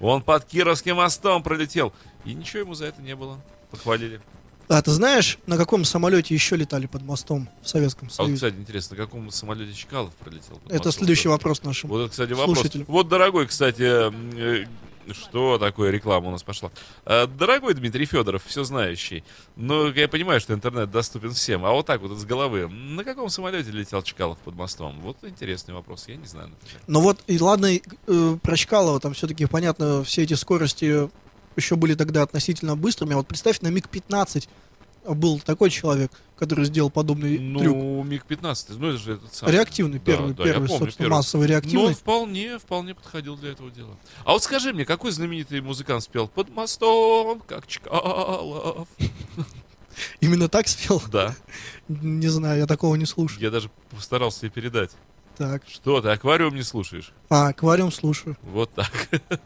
Он под Кировским мостом пролетел. И ничего ему за это не было. Похвалили.
А ты знаешь, на каком самолете еще летали под мостом в Советском
А вот,
Союзе?
кстати, интересно, на каком самолете Чкалов пролетел? под
Это
Москву?
следующий вопрос нашему.
Вот это, кстати, вопрос.
Слушателю.
Вот, дорогой, кстати, э, э, что такое реклама у нас пошла? Э, Дорогой Дмитрий Федоров, все знающий. Ну, я понимаю, что интернет доступен всем. А вот так вот из головы. На каком самолете летел Чкалов под мостом? Вот интересный вопрос. Я не знаю, например.
Но Ну вот, и ладно, и, э, про Чкалова там все-таки понятно, все эти скорости еще были тогда относительно быстрыми. А вот представь, на МиГ-15 был такой человек, который сделал подобный трюк.
Ну, МиГ-15, ну это же этот самый.
Реактивный,
Да,
первый,
да, я
первый,
помню,
собственно,
первый.
массовый
Ну, он
реактивный.
вполне, вполне подходил для этого дела. А вот скажи мне, какой знаменитый музыкант спел «Под мостом, как Чкалов»?
Именно так спел?
Да,
Не знаю, я такого не слушаю.
я даже постарался тебе передать.
Так.
Что ты, аквариум не слушаешь?
А, аквариум слушаю.
Вот так.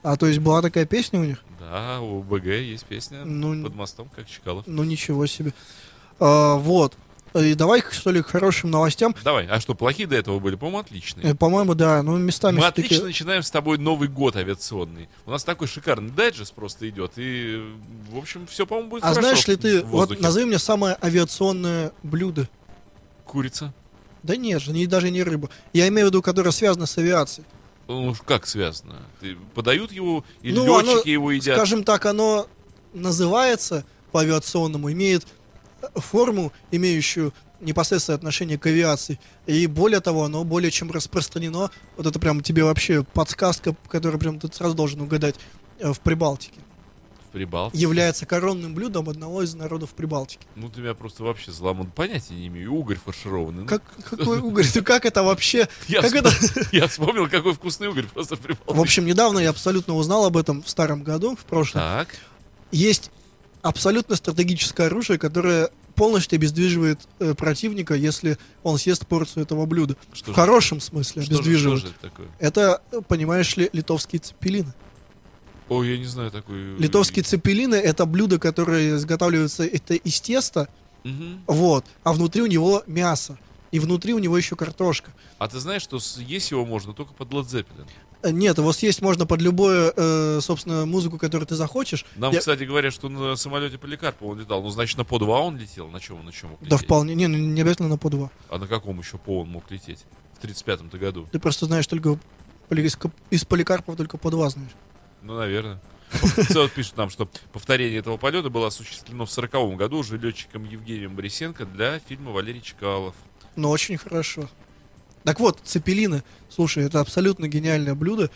А то есть была такая песня у них?
Да, у БГ есть песня
Ну,
«Под мостом, как Чкалов».
ну ничего себе. А, вот. И давай, что ли, к хорошим новостям.
Давай, а что, плохие до этого были? По-моему, отличные.
Э, По-моему, да, ну местами
Мы
всё-таки-
отлично начинаем с тобой новый год авиационный. У нас такой шикарный дайджест просто идет. И, в общем, все, по-моему, будет
А
хорошо
знаешь ли ты,
в
вот
воздухе.
назови мне самое авиационное блюдо.
Курица.
Да нет же, не, даже не рыба. Я имею в виду, которое связано с авиацией.
Ну, уж как связано? Ты- подают его, или
Ну, оно,
летчики его едят?
Скажем так, оно называется по авиационному, имеет э, форму, имеющую непосредственное отношение к авиации. И более того, оно более чем распространено. Вот это прям тебе вообще подсказка, которую прям ты сразу должен угадать э, в Прибалтике.
В Прибалтике.
Является коронным блюдом одного из народов Прибалтики.
Ну, ты меня просто вообще взломал. Понятия не имею. Угорь фаршированный. Ну,
Как, какой угорь? Ну как это вообще?
Я,
как
вспом-
это?
я вспомнил, какой вкусный угорь просто в Прибалтике.
В общем, недавно я абсолютно узнал об этом в старом году, в прошлом.
Так.
Есть абсолютно стратегическое оружие, которое полностью обездвиживает э, противника, если он съест порцию этого блюда.
Что же-
в хорошем
Что
смысле
же, что
обездвиживает.
же это такое?
Это, э, понимаешь ли, литовские цепелины.
Ой, я не знаю такую...
Литовские цепелины — это блюдо, которое изготавливается это из теста,
Мгм.
вот, а внутри у него мясо. И внутри у него еще картошка.
А ты знаешь, что съесть его можно только под Ладзеппелин?
Э, Нет, его съесть можно под любую, э, собственно, музыку, которую ты захочешь.
Нам,
Я-
кстати, говорят, что на самолете Поликарпа он летал. Ну, значит, на по два он летел. На чем он, на чем мог
Да
лететь?
вполне, не, ну, не обязательно на по два.
А на каком еще по он мог лететь? В 35-м-то году.
Ты просто знаешь только поли- из Кап- из поликарпов только по два знаешь.
Ну, наверное. Офицер пишет нам, что повторение этого полета было осуществлено в 40 году уже летчиком Евгением Борисенко для фильма Валерий Чкалов.
Но очень хорошо. Так вот, цепелины. Слушай, это абсолютно гениальное блюдо.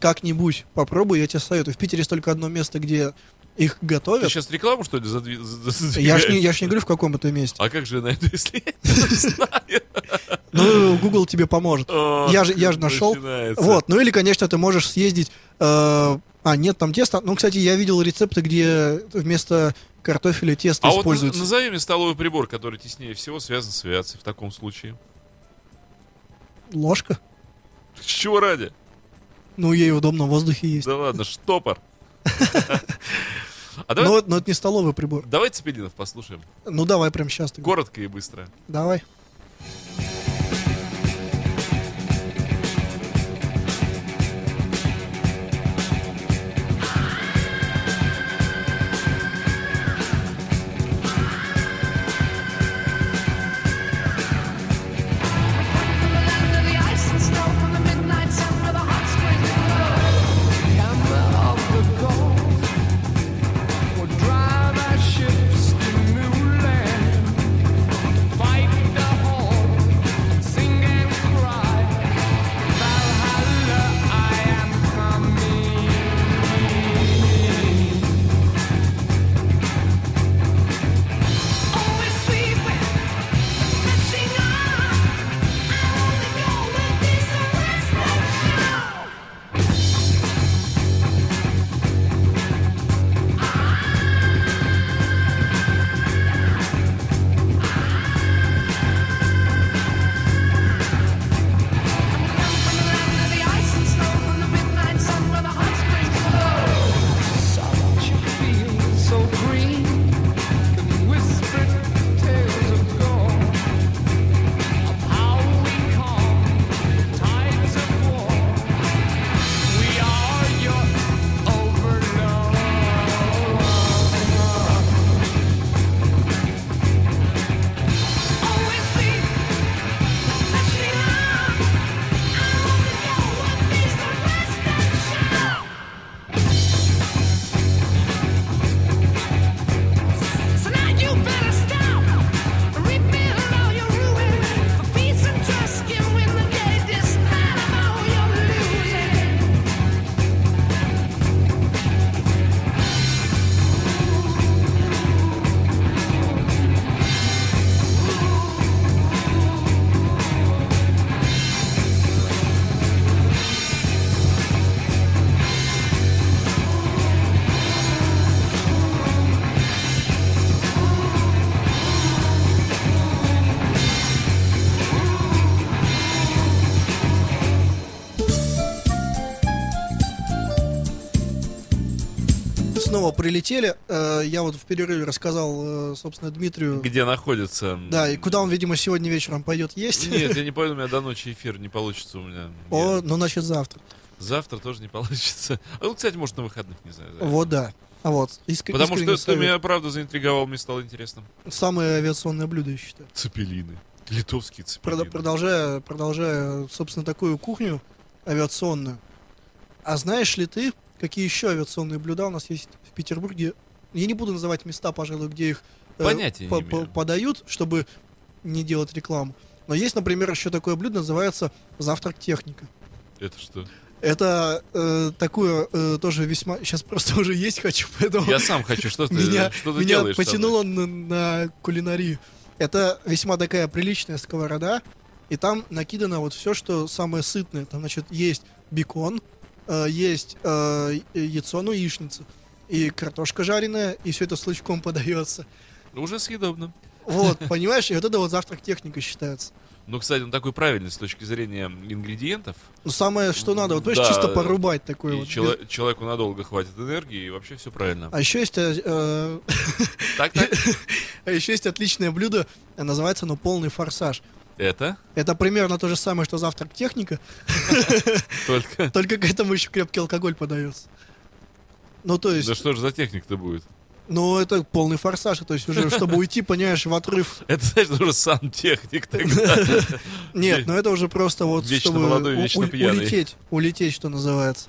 Как-нибудь попробуй, я тебе советую. В Питере есть только одно место, где их
Ты
готовят.
сейчас рекламу, что ли, задви- за- за-
Я ж, не,
задвигаешь?
я ж не говорю, в каком это месте.
А как же я найду, если я не знаю?
Ну, Google тебе поможет.
О,
Я же- я же
как
нашел.
начинается.
Вот, ну или, конечно, ты можешь съездить... э, а, нет, там тесто. Ну, кстати, я видел рецепты, где вместо картофеля тесто
А вот наз-
используется.
назови мне столовый прибор, который теснее всего связан с авиацией в таком случае.
Ложка.
С чего ради?
Ну, ей удобно в воздухе есть.
Да ладно, штопор. А давай,
Но, но это не столовый прибор.
давай Цепелинов послушаем.
Ну давай прям сейчас.
Коротко и быстро.
Давай.
Drive our ships to new land, fight the home.
снова прилетели. Э, Я вот в перерыве рассказал, э, собственно, Дмитрию.
Где находится...
Да, и куда он, видимо, сегодня вечером пойдет есть.
Нет, я не пойду, у меня до ночи эфир не получится у меня.
О,
Я-
ну, значит, завтра.
Завтра тоже не получится. А ну, кстати, может, на выходных, не знаю. да.
Вот, да. А вот, иск-
Потому что
искренний
ты
совет.
меня, правда, заинтриговал, мне стало интересно.
Самое авиационное блюдо, я считаю.
Цепелины. Литовские
Прода-
цепелины.
продолжая, продолжая, собственно, такую кухню авиационную. А знаешь ли ты, какие еще авиационные блюда у нас есть в Петербурге? Я не буду называть места, пожалуй, где их э,
Понятия не
по- по-
имею.
подают, чтобы не делать рекламу. Но есть, например, еще такое блюдо, называется завтрак техника.
Это что?
Это э, такое э, тоже весьма... Сейчас просто уже есть хочу, поэтому
Я сам хочу, что ты,
меня,
э, что ты
меня
делаешь? со мной?
потянуло на, на кулинарию. Это весьма такая приличная сковорода, и там накидано вот все, что самое сытное. Там, значит, есть бекон, э, есть э, яйцо, ну, яичница, и картошка жареная, и все это с лучком подается.
Уже съедобно.
Вот, понимаешь, и вот это вот завтрак техника считается.
Ну, кстати, он такой правильный с точки зрения ингредиентов.
Ну, самое, что надо, вот,
Да.
понимаешь, чисто порубать такое
И
вот. без-
чело- человеку надолго хватит энергии, и вообще все правильно.
А еще есть, э, э,
Так, так.
а еще есть отличное блюдо, э, называется оно полный форсаж.
Это
Это примерно то же самое, что завтрак техника,
только...
Только к этому еще крепкий алкоголь подается. Ну, то есть,
Да что же за техник-то будет?
ну, это полный форсаж, то есть уже, чтобы уйти, понимаешь, в отрыв.
Это, значит, уже сам техник тогда.
Нет, ну это уже просто вот,
Вечно
чтобы
молодой,
у-
вечно
у-
пьяный.
улететь, улететь, что называется.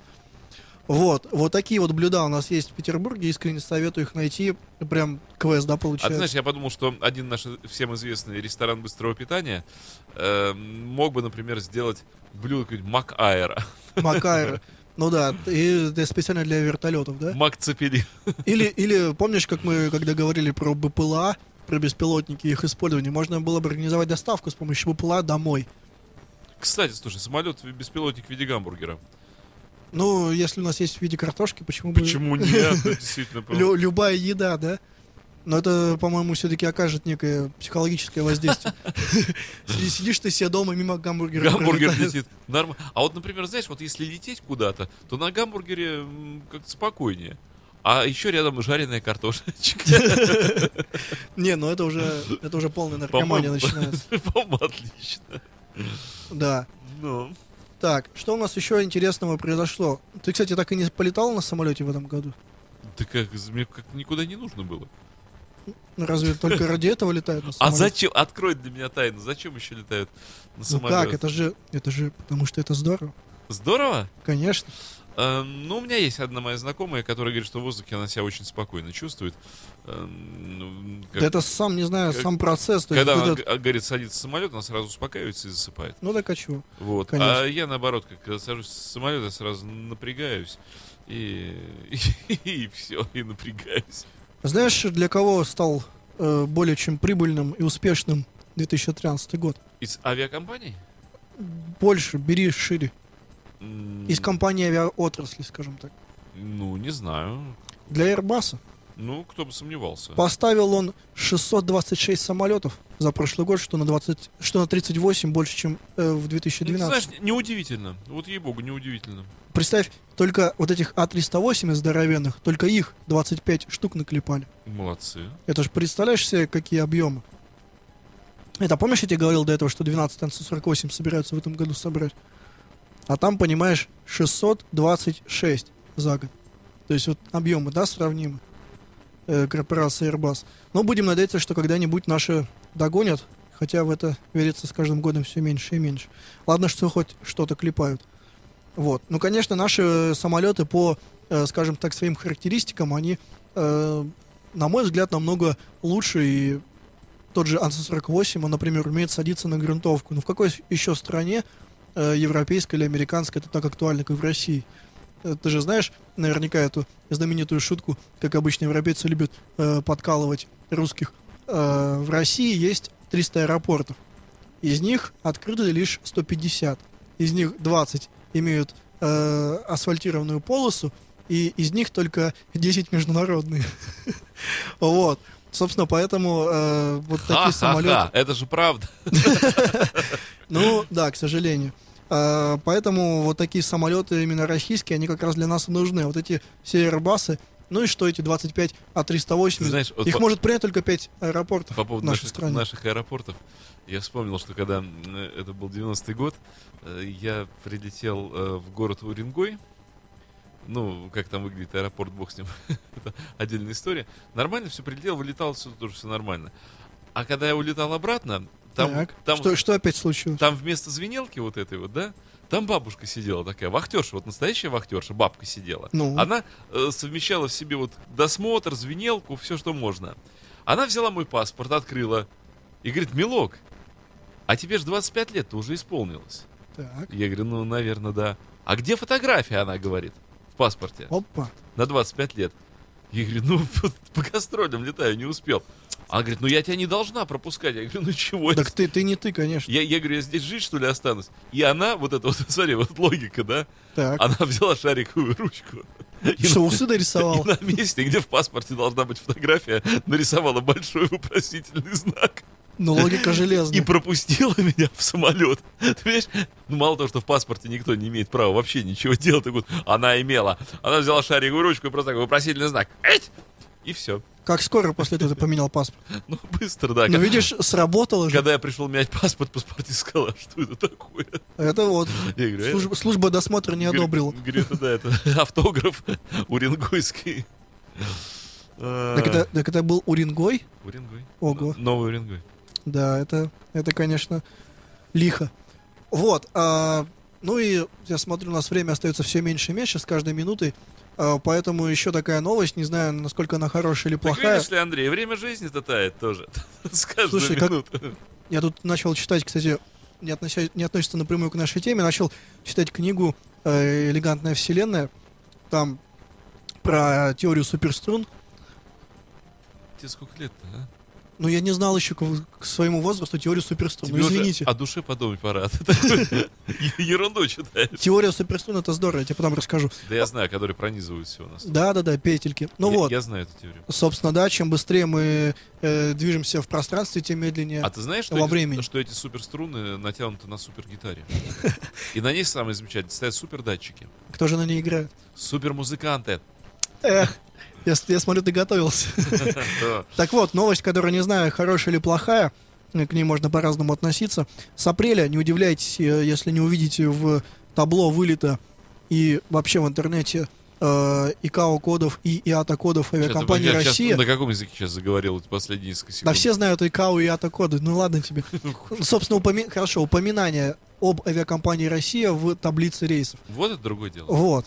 Вот, вот такие вот блюда у нас есть в Петербурге, искренне советую их найти, прям квест, да,
А ты
получается.
знаешь, я подумал, что один наш всем известный ресторан быстрого питания э, мог бы, например, сделать блюдо какое-нибудь мак-аэра,
Макаэр. Ну да, и это специально для вертолетов, да?
мак-цепелин.
Или, или помнишь, как мы когда говорили про БПЛА, про беспилотники и их использование, можно было бы организовать доставку с помощью БПЛА домой.
Кстати, слушай, самолет беспилотник в виде гамбургера.
Ну, если у нас есть в виде картошки, почему,
Почему нет? Ну, Действительно,
бы...
просто.
Лю- любая еда, да? Но это, по-моему, все-таки окажет некое психологическое воздействие. Си- Сидишь ты себе дома мимо гамбургера.
Гамбургер
пролетает.
летит. Нормально. А вот, например, знаешь, вот если лететь куда-то, то на гамбургере м, как-то спокойнее. А еще рядом жареная картошечка.
Не, ну это уже, это уже полная наркомания
По-моему.
начинается.
По-моему, отлично.
Да.
Ну.
Так, что у нас еще интересного произошло? Ты, кстати, так и не полетал на самолете в этом году?
Да как, з- мне как никуда не нужно было.
Ну, Разве только ради этого летают на
А
самолете?
зачем? Открой для меня тайну. Зачем еще летают на
Ну как,
самолет?
это же, это же, потому что это здорово.
Здорово?
Конечно.
Эм, Ну, у меня есть одна моя знакомая, которая говорит, что в воздухе она себя очень спокойно чувствует. Эм, ну, как-
Да это сам, не знаю,
как-
сам процесс. то есть
Когда
вот
она,
этот-
г- а, говорит, садится в самолет, она сразу успокаивается и засыпает.
Ну так а чего?
Вот.
Конечно.
А я наоборот, как когда сажусь в самолет, я сразу напрягаюсь. И, и, все, и напрягаюсь.
Знаешь, для кого стал э, более чем прибыльным и успешным 2013 год?
Из авиакомпаний?
Больше, бери шире.
М,
Из компании авиаотрасли, скажем так.
Ну, не знаю.
Для Airbus
Ну, кто бы сомневался.
поставил он 626 самолетов за прошлый год, что на, 20, что на 38 больше, чем э, в
Ну, ты
2012.
знаешь, неудивительно. Вот ей-богу, неудивительно.
Представь, только вот этих А308 здоровенных, только их 25 штук наклепали.
Молодцы.
Это же представляешь себе, какие объемы. Это помнишь, я тебе говорил до этого, что 12 танцев 48 собираются в этом году собрать? А там, понимаешь, 626 за год. То есть вот объемы, да, сравнимы? Э, корпорация Airbus. Но будем надеяться, что когда-нибудь наши догонят, хотя в это верится с каждым годом все меньше и меньше. Ладно, что хоть что-то клепают. Вот. Ну, конечно, наши самолеты по, э, скажем так, своим характеристикам, они э, на мой взгляд, намного лучше и тот же Ан-48, он, например, умеет садиться на грунтовку. Но в какой еще стране, э, европейской или американской, это так актуально, как в России? Э, Ты же знаешь наверняка эту знаменитую шутку, как обычно европейцы любят э, подкалывать русских. Э, в России есть 300 аэропортов. Из них открыты лишь 150. Из них 20 имеют э, асфальтированную полосу, и из них только 10 международные. Вот. Собственно, поэтому э, вот такие
Ха-ха-ха,
самолеты.
Это же правда.
Ну, да, к сожалению. А, Э, Поэтому вот такие самолеты именно российские, они как раз для нас и нужны. Вот эти все Airbus'ы, Ну и что эти 25 А380?
Ты знаешь, вот
Их
по-
может принять только 5 аэропортов
По поводу
в нашей
наших,
стране.
наших аэропортов, я вспомнил, что когда м, это был 90-й год, э, я прилетел э, в город Уренгой. Ну, как там выглядит аэропорт, бог с ним. это отдельная история. Нормально все прилетел, вылетал, все тоже все нормально. А когда я улетал обратно, там,
Так,
там,
что, что опять случилось?
там вместо звенелки вот этой вот, да, там бабушка сидела такая, вахтерша, вот настоящая вахтерша, бабка сидела.
Ну.
Она э, совмещала в себе вот досмотр, звенелку, все, что можно. Она взяла мой паспорт, открыла и говорит, милок, а тебе же 25 лет, ты уже исполнилось.
Так.
Я говорю, ну, наверное, да. А где фотография, она говорит, в паспорте,
Опа.
на 25 лет. Я говорю, ну, по, по гастролям летаю, не успел. Она говорит, ну, я тебя не должна пропускать. Я говорю, ну, чего
Так ты, ты не ты, конечно.
я, я говорю, я здесь жить, что ли, останусь? И она, вот это вот, смотри, вот логика, да?
Так.
Она взяла шариковую ручку. И
Что,
на-
усы дорисовал?
и на месте, где в паспорте должна быть фотография, нарисовала большой вопросительный знак
Ну, логика
и
железная.
пропустила меня в самолет. Ты понимаешь? Ну, мало того, что в паспорте никто не имеет права вообще ничего делать, так вот она имела. Она взяла шариковую ручку и просто такой вопросительный знак. Эть! И все.
Как скоро после этого ты поменял паспорт?
Ну, быстро, да.
Ну, видишь, сработало же.
Когда я пришел менять паспорт, паспортист сказала, что это такое.
Это вот.
Я говорю, «Э,
Служба, служба досмотра не
Говорит-
одобрила.
Говорит, это да, это автограф уренгойский. А,
Так это, так это был Уренгой?
Уренгой.
Ого.
Новый Уренгой.
Да, это, это конечно, лихо. Вот. а, ну и я смотрю, у нас время остается все меньше и меньше с каждой минутой. а, поэтому еще такая новость. Не знаю, насколько она хорошая или
Так
плохая.
видишь ли, Андрей, время жизни-то тает тоже. С каждой
Слушай, как-
минуты.
Я тут начал читать, кстати, не, относя- не относится напрямую к нашей теме, начал читать книгу э, «Элегантная вселенная». Там про теорию суперструн.
Тебе сколько лет-то, а?
Но Ну, я не знал еще к, к своему возрасту теорию суперструн.
Тебе
Ну,
уже
извините.
о душе подумать пора. Ты такой Ерунду читаешь.
Теория суперструн это здорово, я тебе потом расскажу.
Да я знаю, которые пронизывают все у нас.
Да-да-да, петельки. Ну
Я-
вот.
Я знаю эту теорию.
Собственно, да, чем быстрее мы э, движемся в пространстве, тем медленнее.
А ты знаешь, что,
Во
эти,
времени.
что эти суперструны натянуты на супергитаре? И на ней самое замечательное стоят супердатчики,
Кто же на ней играет?
супермузыканты.
Эх, я, с- я смотрю, ты готовился.
Да.
Так вот, новость, которую не знаю, хорошая или плохая, э, к ней можно по-разному относиться. С апреля, не удивляйтесь, э, если не увидите в табло вылета и вообще в интернете э, ИКАО-кодов и ИАТА-кодов
Чё-то
авиакомпании
я щас
«Россия».
На каком языке сейчас заговорил эти последние несколько секунд?
Да все знают ИКАО и ИАТА-коды, ну ладно тебе. Собственно, упоми- хорошо, упоминание об авиакомпании «Россия» в таблице рейсов.
Вот это другое дело.
Вот.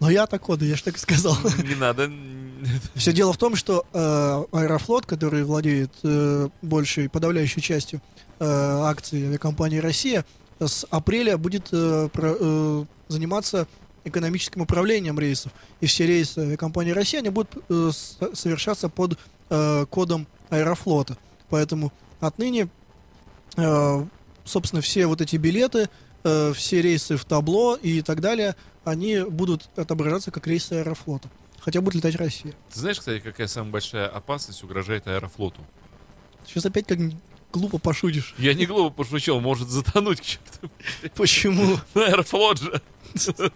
Но я так вот, я же так и сказал.
Не надо. м,
Все дело в том, что э, Аэрофлот, который владеет э, большей, подавляющей частью э, акций авиакомпании «Россия», с апреля будет э, про- э, заниматься экономическим управлением рейсов. И все рейсы авиакомпании «Россия» они будут э, с- совершаться под э, кодом Аэрофлота. Поэтому отныне, э, собственно, все вот эти билеты, э, все рейсы в табло и так далее, они будут отображаться как рейсы Аэрофлота. Хотя будет летать Россия.
Ты знаешь, кстати, какая самая большая опасность угрожает аэрофлоту?
Сейчас опять как глупо пошутишь.
Я не глупо пошучал, может затонуть к черту.
Почему?
Аэрофлот же.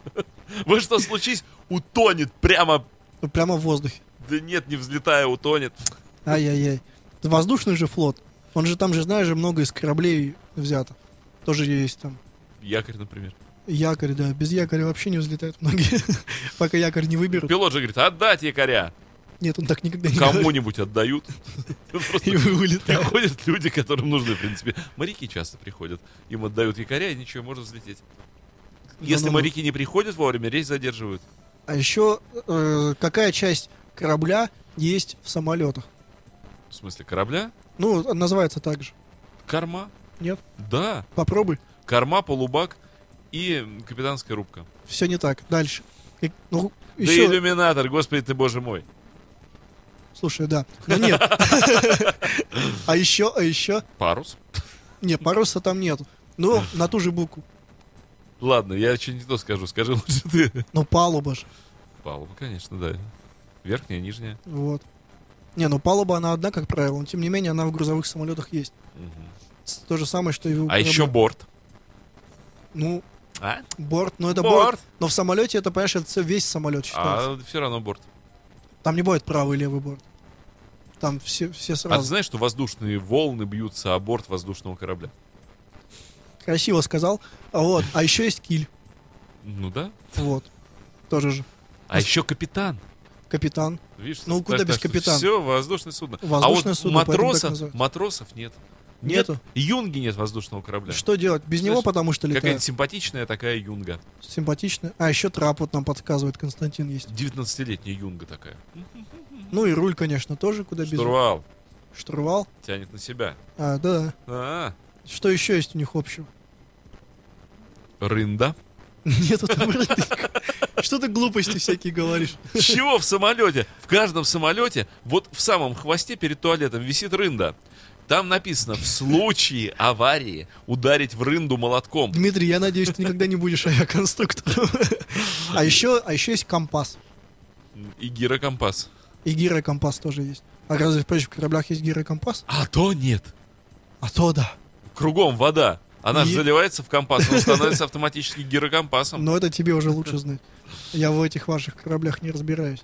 Вы что, случись, утонет прямо.
Ну, Прямо в воздухе.
Да нет, не взлетая, утонет.
Ай-яй-яй. Это Воздушный же флот. Он же там же, знаешь, же много из кораблей взято. Тоже есть там
Якорь, например.
якорь, да. Без якоря вообще не взлетают многие. Пока якорь не выберут.
Пилот же говорит, отдать якоря.
Нет, он так никогда не говорит.
Кому-нибудь отдают.
И
Просто
вы улетаете.
Приходят люди, которым нужны, в принципе. Моряки часто приходят. Им отдают якоря, и ничего, можно взлететь. Если Ну,
Ну-ну-ну.
моряки не приходят вовремя, рейс задерживают.
А еще э, какая часть корабля есть в самолетах?
В смысле, корабля?
Ну, называется так же.
Корма?
Нет.
Да.
Попробуй.
Корма, полубак и капитанская рубка.
Все не так. Дальше. Как- Ну,
Да и
еще...
иллюминатор, господи ты, боже мой.
Слушай, да. Но нет. А еще, а еще...
Парус.
Не, паруса там нету. Ну, на ту же букву.
Ладно, я что не то скажу. Скажи лучше ты.
Ну, палуба же.
Палуба, конечно, да. Верхняя, нижняя.
Вот. Не, ну палуба она одна, как правило, но тем не менее она в грузовых самолетах есть.
Мгм.
С- То же самое, что и у
А еще
корабля.
борт.
Ну,
А?
борт, ну это борт.
Борт.
Но в самолете это, понимаешь, это ц- весь самолет считается.
А все равно борт.
Там не будет правый и левый борт. Там все, все
А ты
сразу.
знаешь, что воздушные волны бьются о борт воздушного корабля?
Красиво сказал. А Вот. А еще есть киль.
Ну да.
Вот. Тоже же.
А еще капитан.
Капитан.
Видишь,
Ну, куда без капитана?
Все, воздушное судно. а
Воздушное
вот
судно, поэтому так
матросов,
называют.
матросов нет.
Нету.
Нет, юнги нет воздушного корабля.
Что делать? Без него,
Знаешь,
потому что
Какая-нибудь
летает.
симпатичная такая юнга.
Симпатично. А еще трап вот нам подсказывает Константин есть.
19-летняя юнга такая.
Ну и руль, конечно, тоже куда без.
Штурвал.
Штурвал.
Тянет на себя.
А, да.
А,
Что еще есть у них общего?
рында.
Нету там рыдык. Что ты глупости всякие говоришь?
Чего в самолете? В каждом самолете, вот в самом хвосте перед туалетом висит рында. Там написано, в случае аварии ударить в рынду молотком.
Дмитрий, я надеюсь, ты никогда не будешь авиаконструктором. А еще, а еще есть компас.
И гирокомпас.
И гирокомпас тоже есть. А разве в прочих кораблях есть гирокомпас?
А то нет.
А то да.
Кругом вода. Она же
И- Ну.
заливается в компас, он становится автоматически гирокомпасом.
Но это тебе уже лучше знать. Я в этих ваших кораблях не разбираюсь.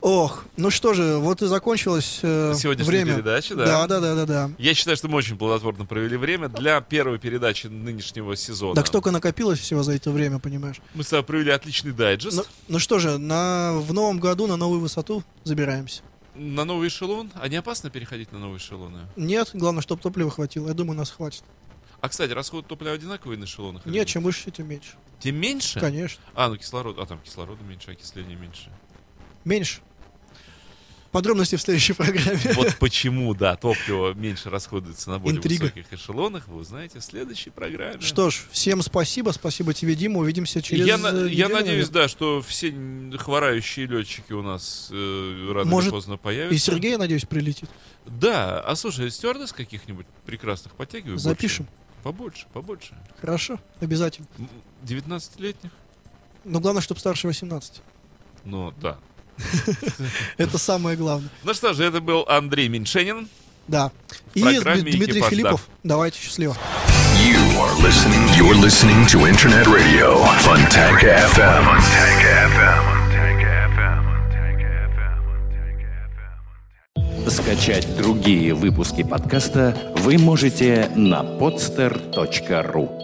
Ох, ну что же, вот и закончилось э,
Сегодняшняя
время.
передача, да.
Да, да, да, да, да.
Я считаю, что мы очень плодотворно провели время для первой передачи нынешнего сезона.
Так столько накопилось всего за это время, понимаешь.
Мы с тобой провели отличный дайджест.
Ну, ну что же, на, в новом году на новую высоту забираемся.
На новый эшелон. А не опасно переходить на новые эшелоны?
Нет, главное, чтобы топлива хватило. Я думаю, нас хватит.
А, кстати, расход топлива одинаковый на эшелонах? или
Нет, чем выше, тем меньше.
Тем меньше?
Конечно.
А, ну кислород. А там кислорода меньше, окисления меньше.
Меньше. Подробности в следующей программе.
Вот почему, да, топливо меньше расходуется на более
Интрига.
высоких эшелонах, вы узнаете в следующей программе.
Что ж, всем спасибо. Спасибо тебе, Дима. Увидимся через
я,
э,
на- я
неделю,
надеюсь,
наверное.
да, что все н- хворающие летчики у нас э, рано
Может,
или поздно появятся.
И Сергей, я надеюсь, прилетит.
Да, а слушай, стюардесс каких-нибудь прекрасных подтягивай. больше.
Запишем.
Побольше, побольше.
Хорошо, обязательно.
М, 19-летних?
Но главное, чтобы старше 18.
Ну, да.
Это самое главное.
Ну что же, это был Андрей Меньшенин.
Да. И
программе
Дмит- Дмитрий
«Экипаж», да.
Филиппов. Давайте, счастливо.
You are listening. You're listening to Internet Radio. Funtech FM. Funtech FM. Funtech FM. Funtech FM.
Скачать другие выпуски подкаста вы можете на podster.ru.